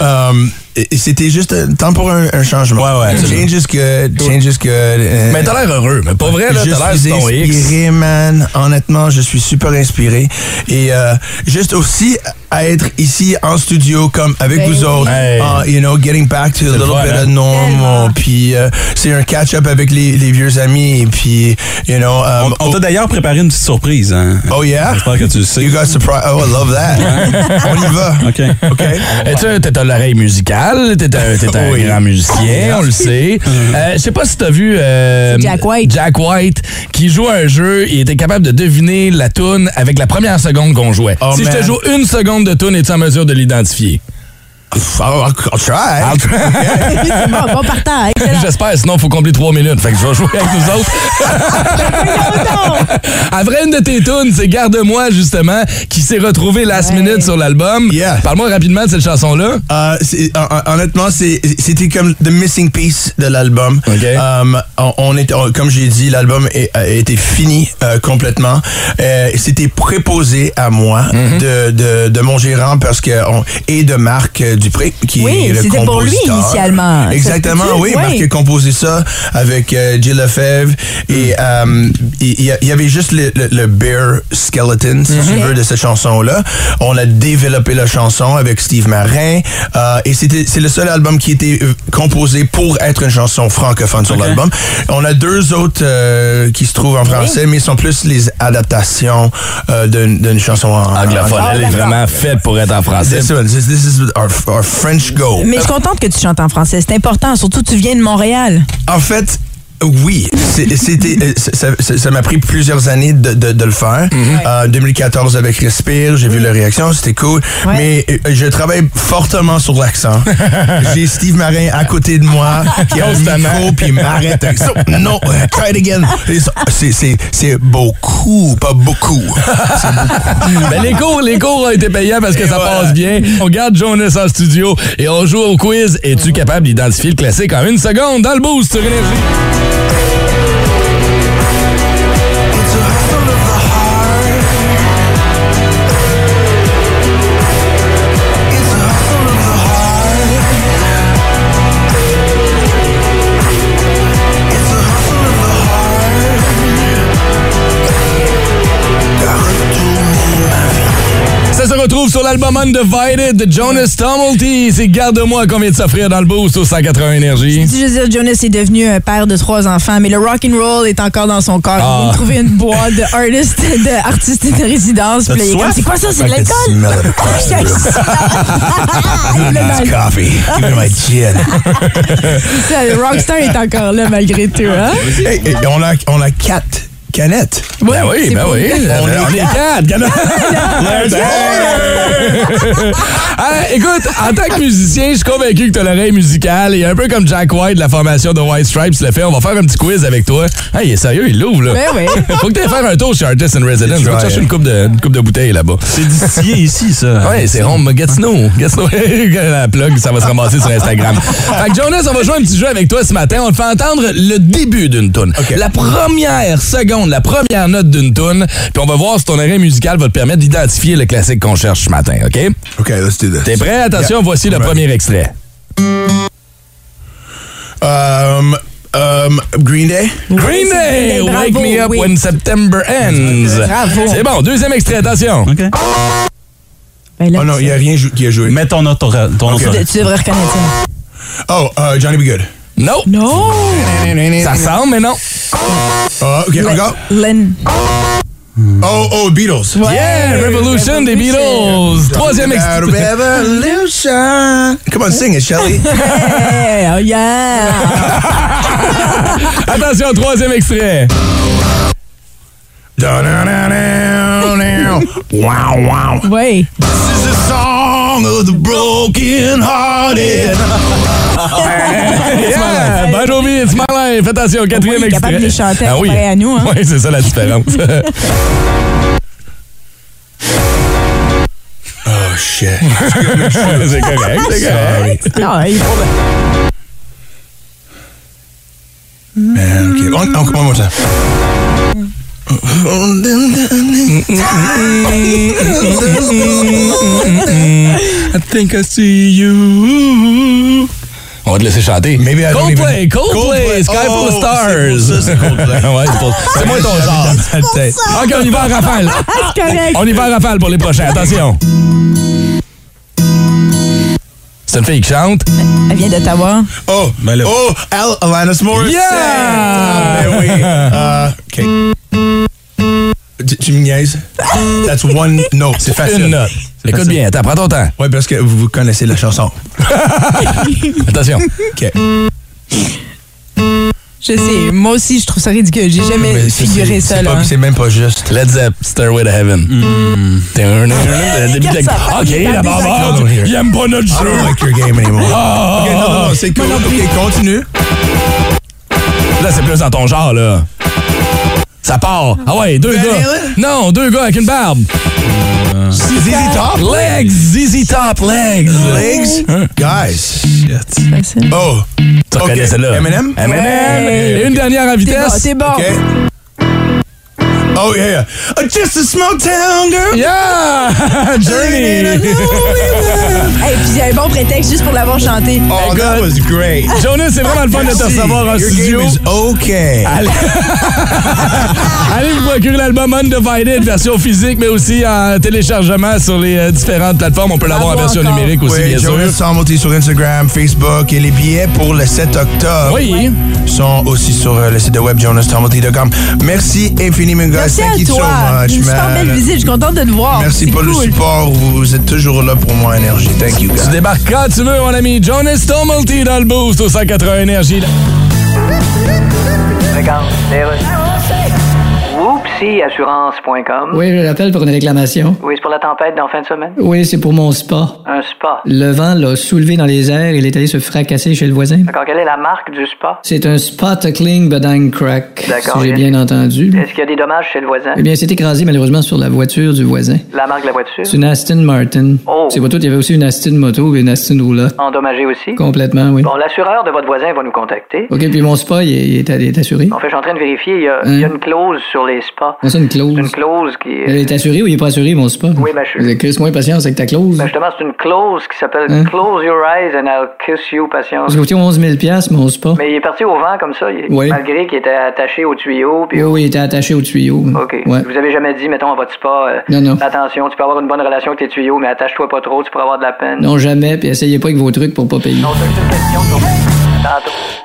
S17: um, et- c'était juste un temps pour un, un changement.
S6: Ouais, ouais.
S17: Change is good, change is good. euh,
S3: Mais t'as l'air heureux, mais pas vrai, là,
S17: je
S3: t'as l'air
S17: suis
S3: sur ton X.
S17: inspiré, man. Honnêtement, je suis super inspiré. Et euh, juste aussi à être ici en studio, comme avec
S3: Ben
S17: vous
S3: oui.
S17: autres,
S3: Hey.
S17: Ah, you know, getting back to a little
S3: fun,
S17: bit
S3: hein?
S17: of normal. Puis euh, c'est un catch-up avec les, les vieux amis. Puis, you know, um,
S6: On t'a d'ailleurs préparé une petite surprise. hein.
S17: Oh yeah?
S6: J'espère que tu le sais.
S17: You got surprised. Oh, I love that. On y va.
S6: OK.
S17: OK.
S3: Es-tu un- T'es à l'oreille musicale, t'es un, t'es un
S17: Oui.
S3: grand musicien, on le sait. Euh, Je sais pas si t'as vu euh,
S7: C'est Jack White.
S3: Jack White qui joue à un jeu et était capable de deviner la toune avec la première seconde qu'on jouait.
S17: Oh,
S3: si je te
S17: man.
S3: joue une seconde de toune, es-tu en mesure de l'identifier?
S17: I'll, I'll try.
S3: I'll try.
S7: C'est bon, bon partant. Excellent.
S3: J'espère, sinon il faut combler trois minutes. Fait que je vais jouer avec nous autres. Après une de tes tunes, c'est Garde-moi justement, qui s'est retrouvée last minute sur l'album.
S17: Yeah.
S3: Parle-moi rapidement de cette chanson-là.
S17: Euh, c'est- hon- hon- honnêtement, c'est- c'était comme the missing piece de l'album. Um, on, on est, on- comme j'ai dit, l'album est- a été fini euh, complètement. Euh, c'était préposé à moi de, de, de mon gérant parce que on- et de Marc euh, Dupré, qui
S7: Oui,
S17: est le
S7: c'était pour lui
S17: compositeur.
S7: initialement. Ça
S17: Exactement,
S7: se peut-tu?
S17: oui.
S7: Oui.
S17: Marc a composé ça avec euh, Jill Lefebvre. Et euh,
S3: Hmm.
S17: il y a- il y avait juste le, le- le bare skeleton, si
S3: Mhm.
S17: tu veux, de cette chanson-là. On a développé la chanson avec Steve Marin. euh, et c'était- c'est le seul album qui était euh, composé pour être une chanson francophone sur l'album. On a deux autres euh, qui se trouvent en français, mais sont plus les adaptations euh, d'une d'une chanson en
S3: Anglophone,
S7: Ah,
S17: en-
S3: elle est vraiment faite pour être en français.
S17: C'est ça, this, this is our, our French go.
S7: Mais je suis contente que tu chantes en français. C'est important. Surtout, tu viens de Montréal.
S17: En fait, oui, c'est- c'était euh, ça- ça- ça ça m'a pris plusieurs années de, de- de le faire.
S3: Mhm.
S17: Euh, 2014 avec Respire, j'ai vu leur réaction, c'était cool. Mais euh, je travaille fortement sur l'accent. j'ai Steve Marin à côté de moi qui a un micro puis il m'arrête. avec ça. Non, euh, try it again. Et ça, c'est- C'est c'est beaucoup, pas beaucoup.
S3: Ben, les cours, les cours ont été payants parce que ça passe bien. On garde Jonas en studio et on joue au quiz. Es-tu capable d'identifier le classique en une seconde dans le boost sur Énergie? Ça se retrouve sur l'album Undivided de Jonas Tumulty. C'est Garde-moi qu'on vient de s'offrir dans le boost au 180 Énergie.
S7: Si je veux dire, Jonas est devenu un père de trois enfants, mais le rock and roll est encore dans son corps.
S3: Ah.
S7: Il vient de trouver une boîte de artist, de artiste de résidence. Puis là, il est comme, c'est quoi ça? C'est de l'alcool?
S17: It's coffee. Give me my gin.
S7: C'est ça, le rockstar est encore là malgré tout. Hein?
S17: Hey, hey, on, a, on a quatre canettes.
S7: Oui, Ben oui, c'est ben pour oui. nous.
S17: On,
S3: On est
S17: est
S3: quatre, canettes.
S8: ben
S17: Let's
S3: go! Ah, écoute, en tant que musicien, je suis convaincu que t'as l'oreille musicale et un peu comme Jack White de la formation de White Stripes le fait, on va faire un petit quiz avec toi. Ah, il est sérieux, il l'ouvre, là.
S7: Ben oui.
S3: Faut que t'ailles faire un tour chez Artist in Residence.
S6: C'est
S3: Va te
S6: vrai.
S3: chercher une coupe de, une coupe de bouteilles là-bas.
S6: C'est distillé ici, ça.
S3: Ouais, c'est rond. mais Gatineau. Gatineau. la plug, ça va se ramasser sur Instagram. Fait que Jonas, on va jouer un petit jeu avec toi ce matin. On te fait entendre le début d'une toune. La première seconde, la première note d'une toune. Puis on va voir si ton oreille musicale va te permettre d'identifier le classique qu'on cherche ce matin, OK?
S17: OK, let's do this.
S3: T'es prêt? Attention,
S17: Yeah.
S3: voici le
S17: I'm ready.
S3: premier extrait.
S17: Um, um, Green Day?
S3: Green Day, Wake Me Up When September Ends.
S17: Bravo.
S3: C'est bon, deuxième extrait, attention.
S17: oh non, il n'y a rien jou- qui a joué. Mets ton autre. Ton
S7: Tu, de- tu devrais reconnaître ça.
S17: Oh, euh, Johnny Be Good.
S3: Non.
S7: Non.
S3: Ça semble, mais non.
S17: Ah, OK, encore.
S7: Len.
S17: Oh, oh, Beatles.
S3: Yeah, Revolution des Beatles. Troisième extrait.
S17: Revolution. Come on, sing it, Shelly.
S7: Hey, oh yeah!
S3: Attention, troisième extrait.
S17: Da-na-na-na-na. Wow, wow.
S7: Oui.
S17: This is the song of the broken hearted.
S3: Yeah, Bon Jovi, it's my life. Attention, quatrième
S7: Oui,
S3: extrait.
S7: capable de les chanter,
S3: ah, oui.
S7: comparé à nous, hein.
S3: Oui, c'est ça la différence.
S17: Oh, shit.
S3: c'est correct, c'est correct.
S7: Ah, il faut-
S3: Mm.
S17: Man, OK. On, on, one more time.
S3: I think I see you. On va te laisser chanter.
S17: Maybe I don't
S3: Coldplay,
S17: even...
S3: Coldplay, Sky
S17: Oh,
S3: Full of
S17: c'est
S3: Stars.
S17: pour ça, c'est Coldplay.
S3: Ouais, c'est pour- c'est moins ton genre. OK, on y va en rafale.
S7: Ah, C'est correct.
S3: On y va en rafale pour les prochains. Attention. C'est une fille qui chante.
S7: Elle vient d'Ottawa.
S17: Oh,
S6: Ben là.
S17: oh, Al Alanis Morris.
S3: Yeah!
S17: Ben oui. Euh, OK. Tu- Tu me niaises? That's one note. C'est facile.
S3: Une note.
S17: C'est
S3: Écoute
S17: facile.
S3: bien, attends, prends ton temps.
S17: Ouais, parce que vous vous connaissez la chanson.
S3: Attention.
S17: OK.
S7: Je sais, moi aussi, je trouve ça ridicule. J'ai jamais
S17: Mais c'est-
S7: figuré
S17: c'est-
S7: ça,
S17: c'est
S7: là.
S17: pas- C'est même pas juste.
S3: Led Zepp, Stairway to Heaven. T'es un- le début de la-
S7: Ça fait
S3: OK,
S7: des
S3: la
S7: années, ça
S3: bavarde. Il aime pas notre
S17: I
S3: jeu.
S17: don't like your game anymore.
S3: Ah,
S17: OK, non, non, non, c'est cool. OK, continue.
S3: Là, c'est plus dans ton genre, là. Ça part. Ah ouais, deux
S17: Ben,
S3: gars. Non, deux gars avec une barbe.
S17: ZZ Top.
S3: Legs, ZZ Top, legs.
S17: Legs. Guys.
S7: Facile.
S17: Oh.
S3: Tu
S17: OK.
S3: reconnais celle-là.
S17: Eminem?
S3: M&M. Et Une dernière à
S7: T'es bon,
S3: vitesse.
S7: t'es bon.
S17: OK. Oh, yeah. Uh, Just a small town girl.
S3: Yeah! Journey!
S5: Et puis j'ai un bon prétexte juste pour l'avoir chanté.
S17: Oh, that was great.
S3: Jonas, c'est vraiment le fun de te
S17: Merci.
S3: recevoir en
S17: Your
S3: studio.
S17: game is okay.
S3: Allez, Allez vous procurer l'album Undivided, version physique, mais aussi en téléchargement sur les euh, différentes plateformes. On peut l'avoir en version numérique aussi,
S17: oui,
S3: bien sûr.
S17: Jonas Samolty sur Instagram, Facebook et les billets pour le 7 octobre
S3: Oui.
S17: sont aussi sur euh, le site de web jonassamolty.com. Merci infiniment, guys.
S5: Merci
S17: Thank
S5: à
S17: you
S5: toi.
S17: so much,
S5: Une super
S17: man.
S5: belle visite. Je suis contente de te voir.
S17: Merci
S5: C'est
S17: pour
S5: cool.
S17: le support. Vous êtes toujours là pour moi, énergie. Thank you, guys.
S3: Tu débarques quand tu veux, mon ami. Jonas Tomulty dans le boost au 180 Énergie.
S15: Oupsiassurance.com.
S9: Oui, je l'appelle pour une réclamation.
S15: Oui, c'est pour la tempête d'en fin de semaine.
S9: Oui, c'est pour mon spa.
S15: Un spa.
S9: Le vent l'a soulevé dans les airs et il est allé se fracasser chez le voisin.
S15: D'accord, quelle est la marque du spa?
S9: C'est un spot cling bedang crack, si
S15: D'accord.
S9: j'ai bien entendu.
S15: Est-ce qu'il y a des dommages chez le voisin?
S9: Eh bien, c'est écrasé malheureusement sur la voiture du voisin.
S15: La marque de la voiture?
S9: C'est une Aston Martin.
S15: Oh.
S9: C'est pas tout, il y avait aussi une Aston moto et une Aston roulotte.
S15: Endommagée aussi?
S9: Complètement, oui.
S15: Bon, l'assureur de votre voisin va nous contacter.
S9: OK, puis mon spa, il est, il est- il est assuré.
S15: En fait, je suis en train de vérifier, il y a, il y a une clause sur les spas.
S9: Comment ça, une clause?
S15: Une clause qui est...
S9: Il est assuré ou il est pas assuré, mon spa? Oui,
S15: ben,
S9: je suis. Chris, moins patience avec ta clause.
S15: Ben, justement, c'est une clause qui s'appelle
S9: Hein?
S15: Close your eyes and I'll kiss you, patience.
S9: Parce que, tu sais, 11 000 mon spa.
S15: Mais il est parti au vent comme ça, il-
S9: Oui.
S15: malgré qu'il était attaché au tuyau. Puis
S9: Oui, oui, il était attaché au tuyau.
S15: OK.
S9: Ouais.
S15: Vous avez jamais dit, mettons, à votre spa, euh,
S9: Non, non.
S15: attention, tu peux avoir une bonne relation avec tes tuyaux, mais attache-toi pas trop, tu pourras avoir de la peine.
S9: Non, jamais, puis essayez pas avec vos trucs pour pas payer.
S15: Non, c'est une question de- Tantôt.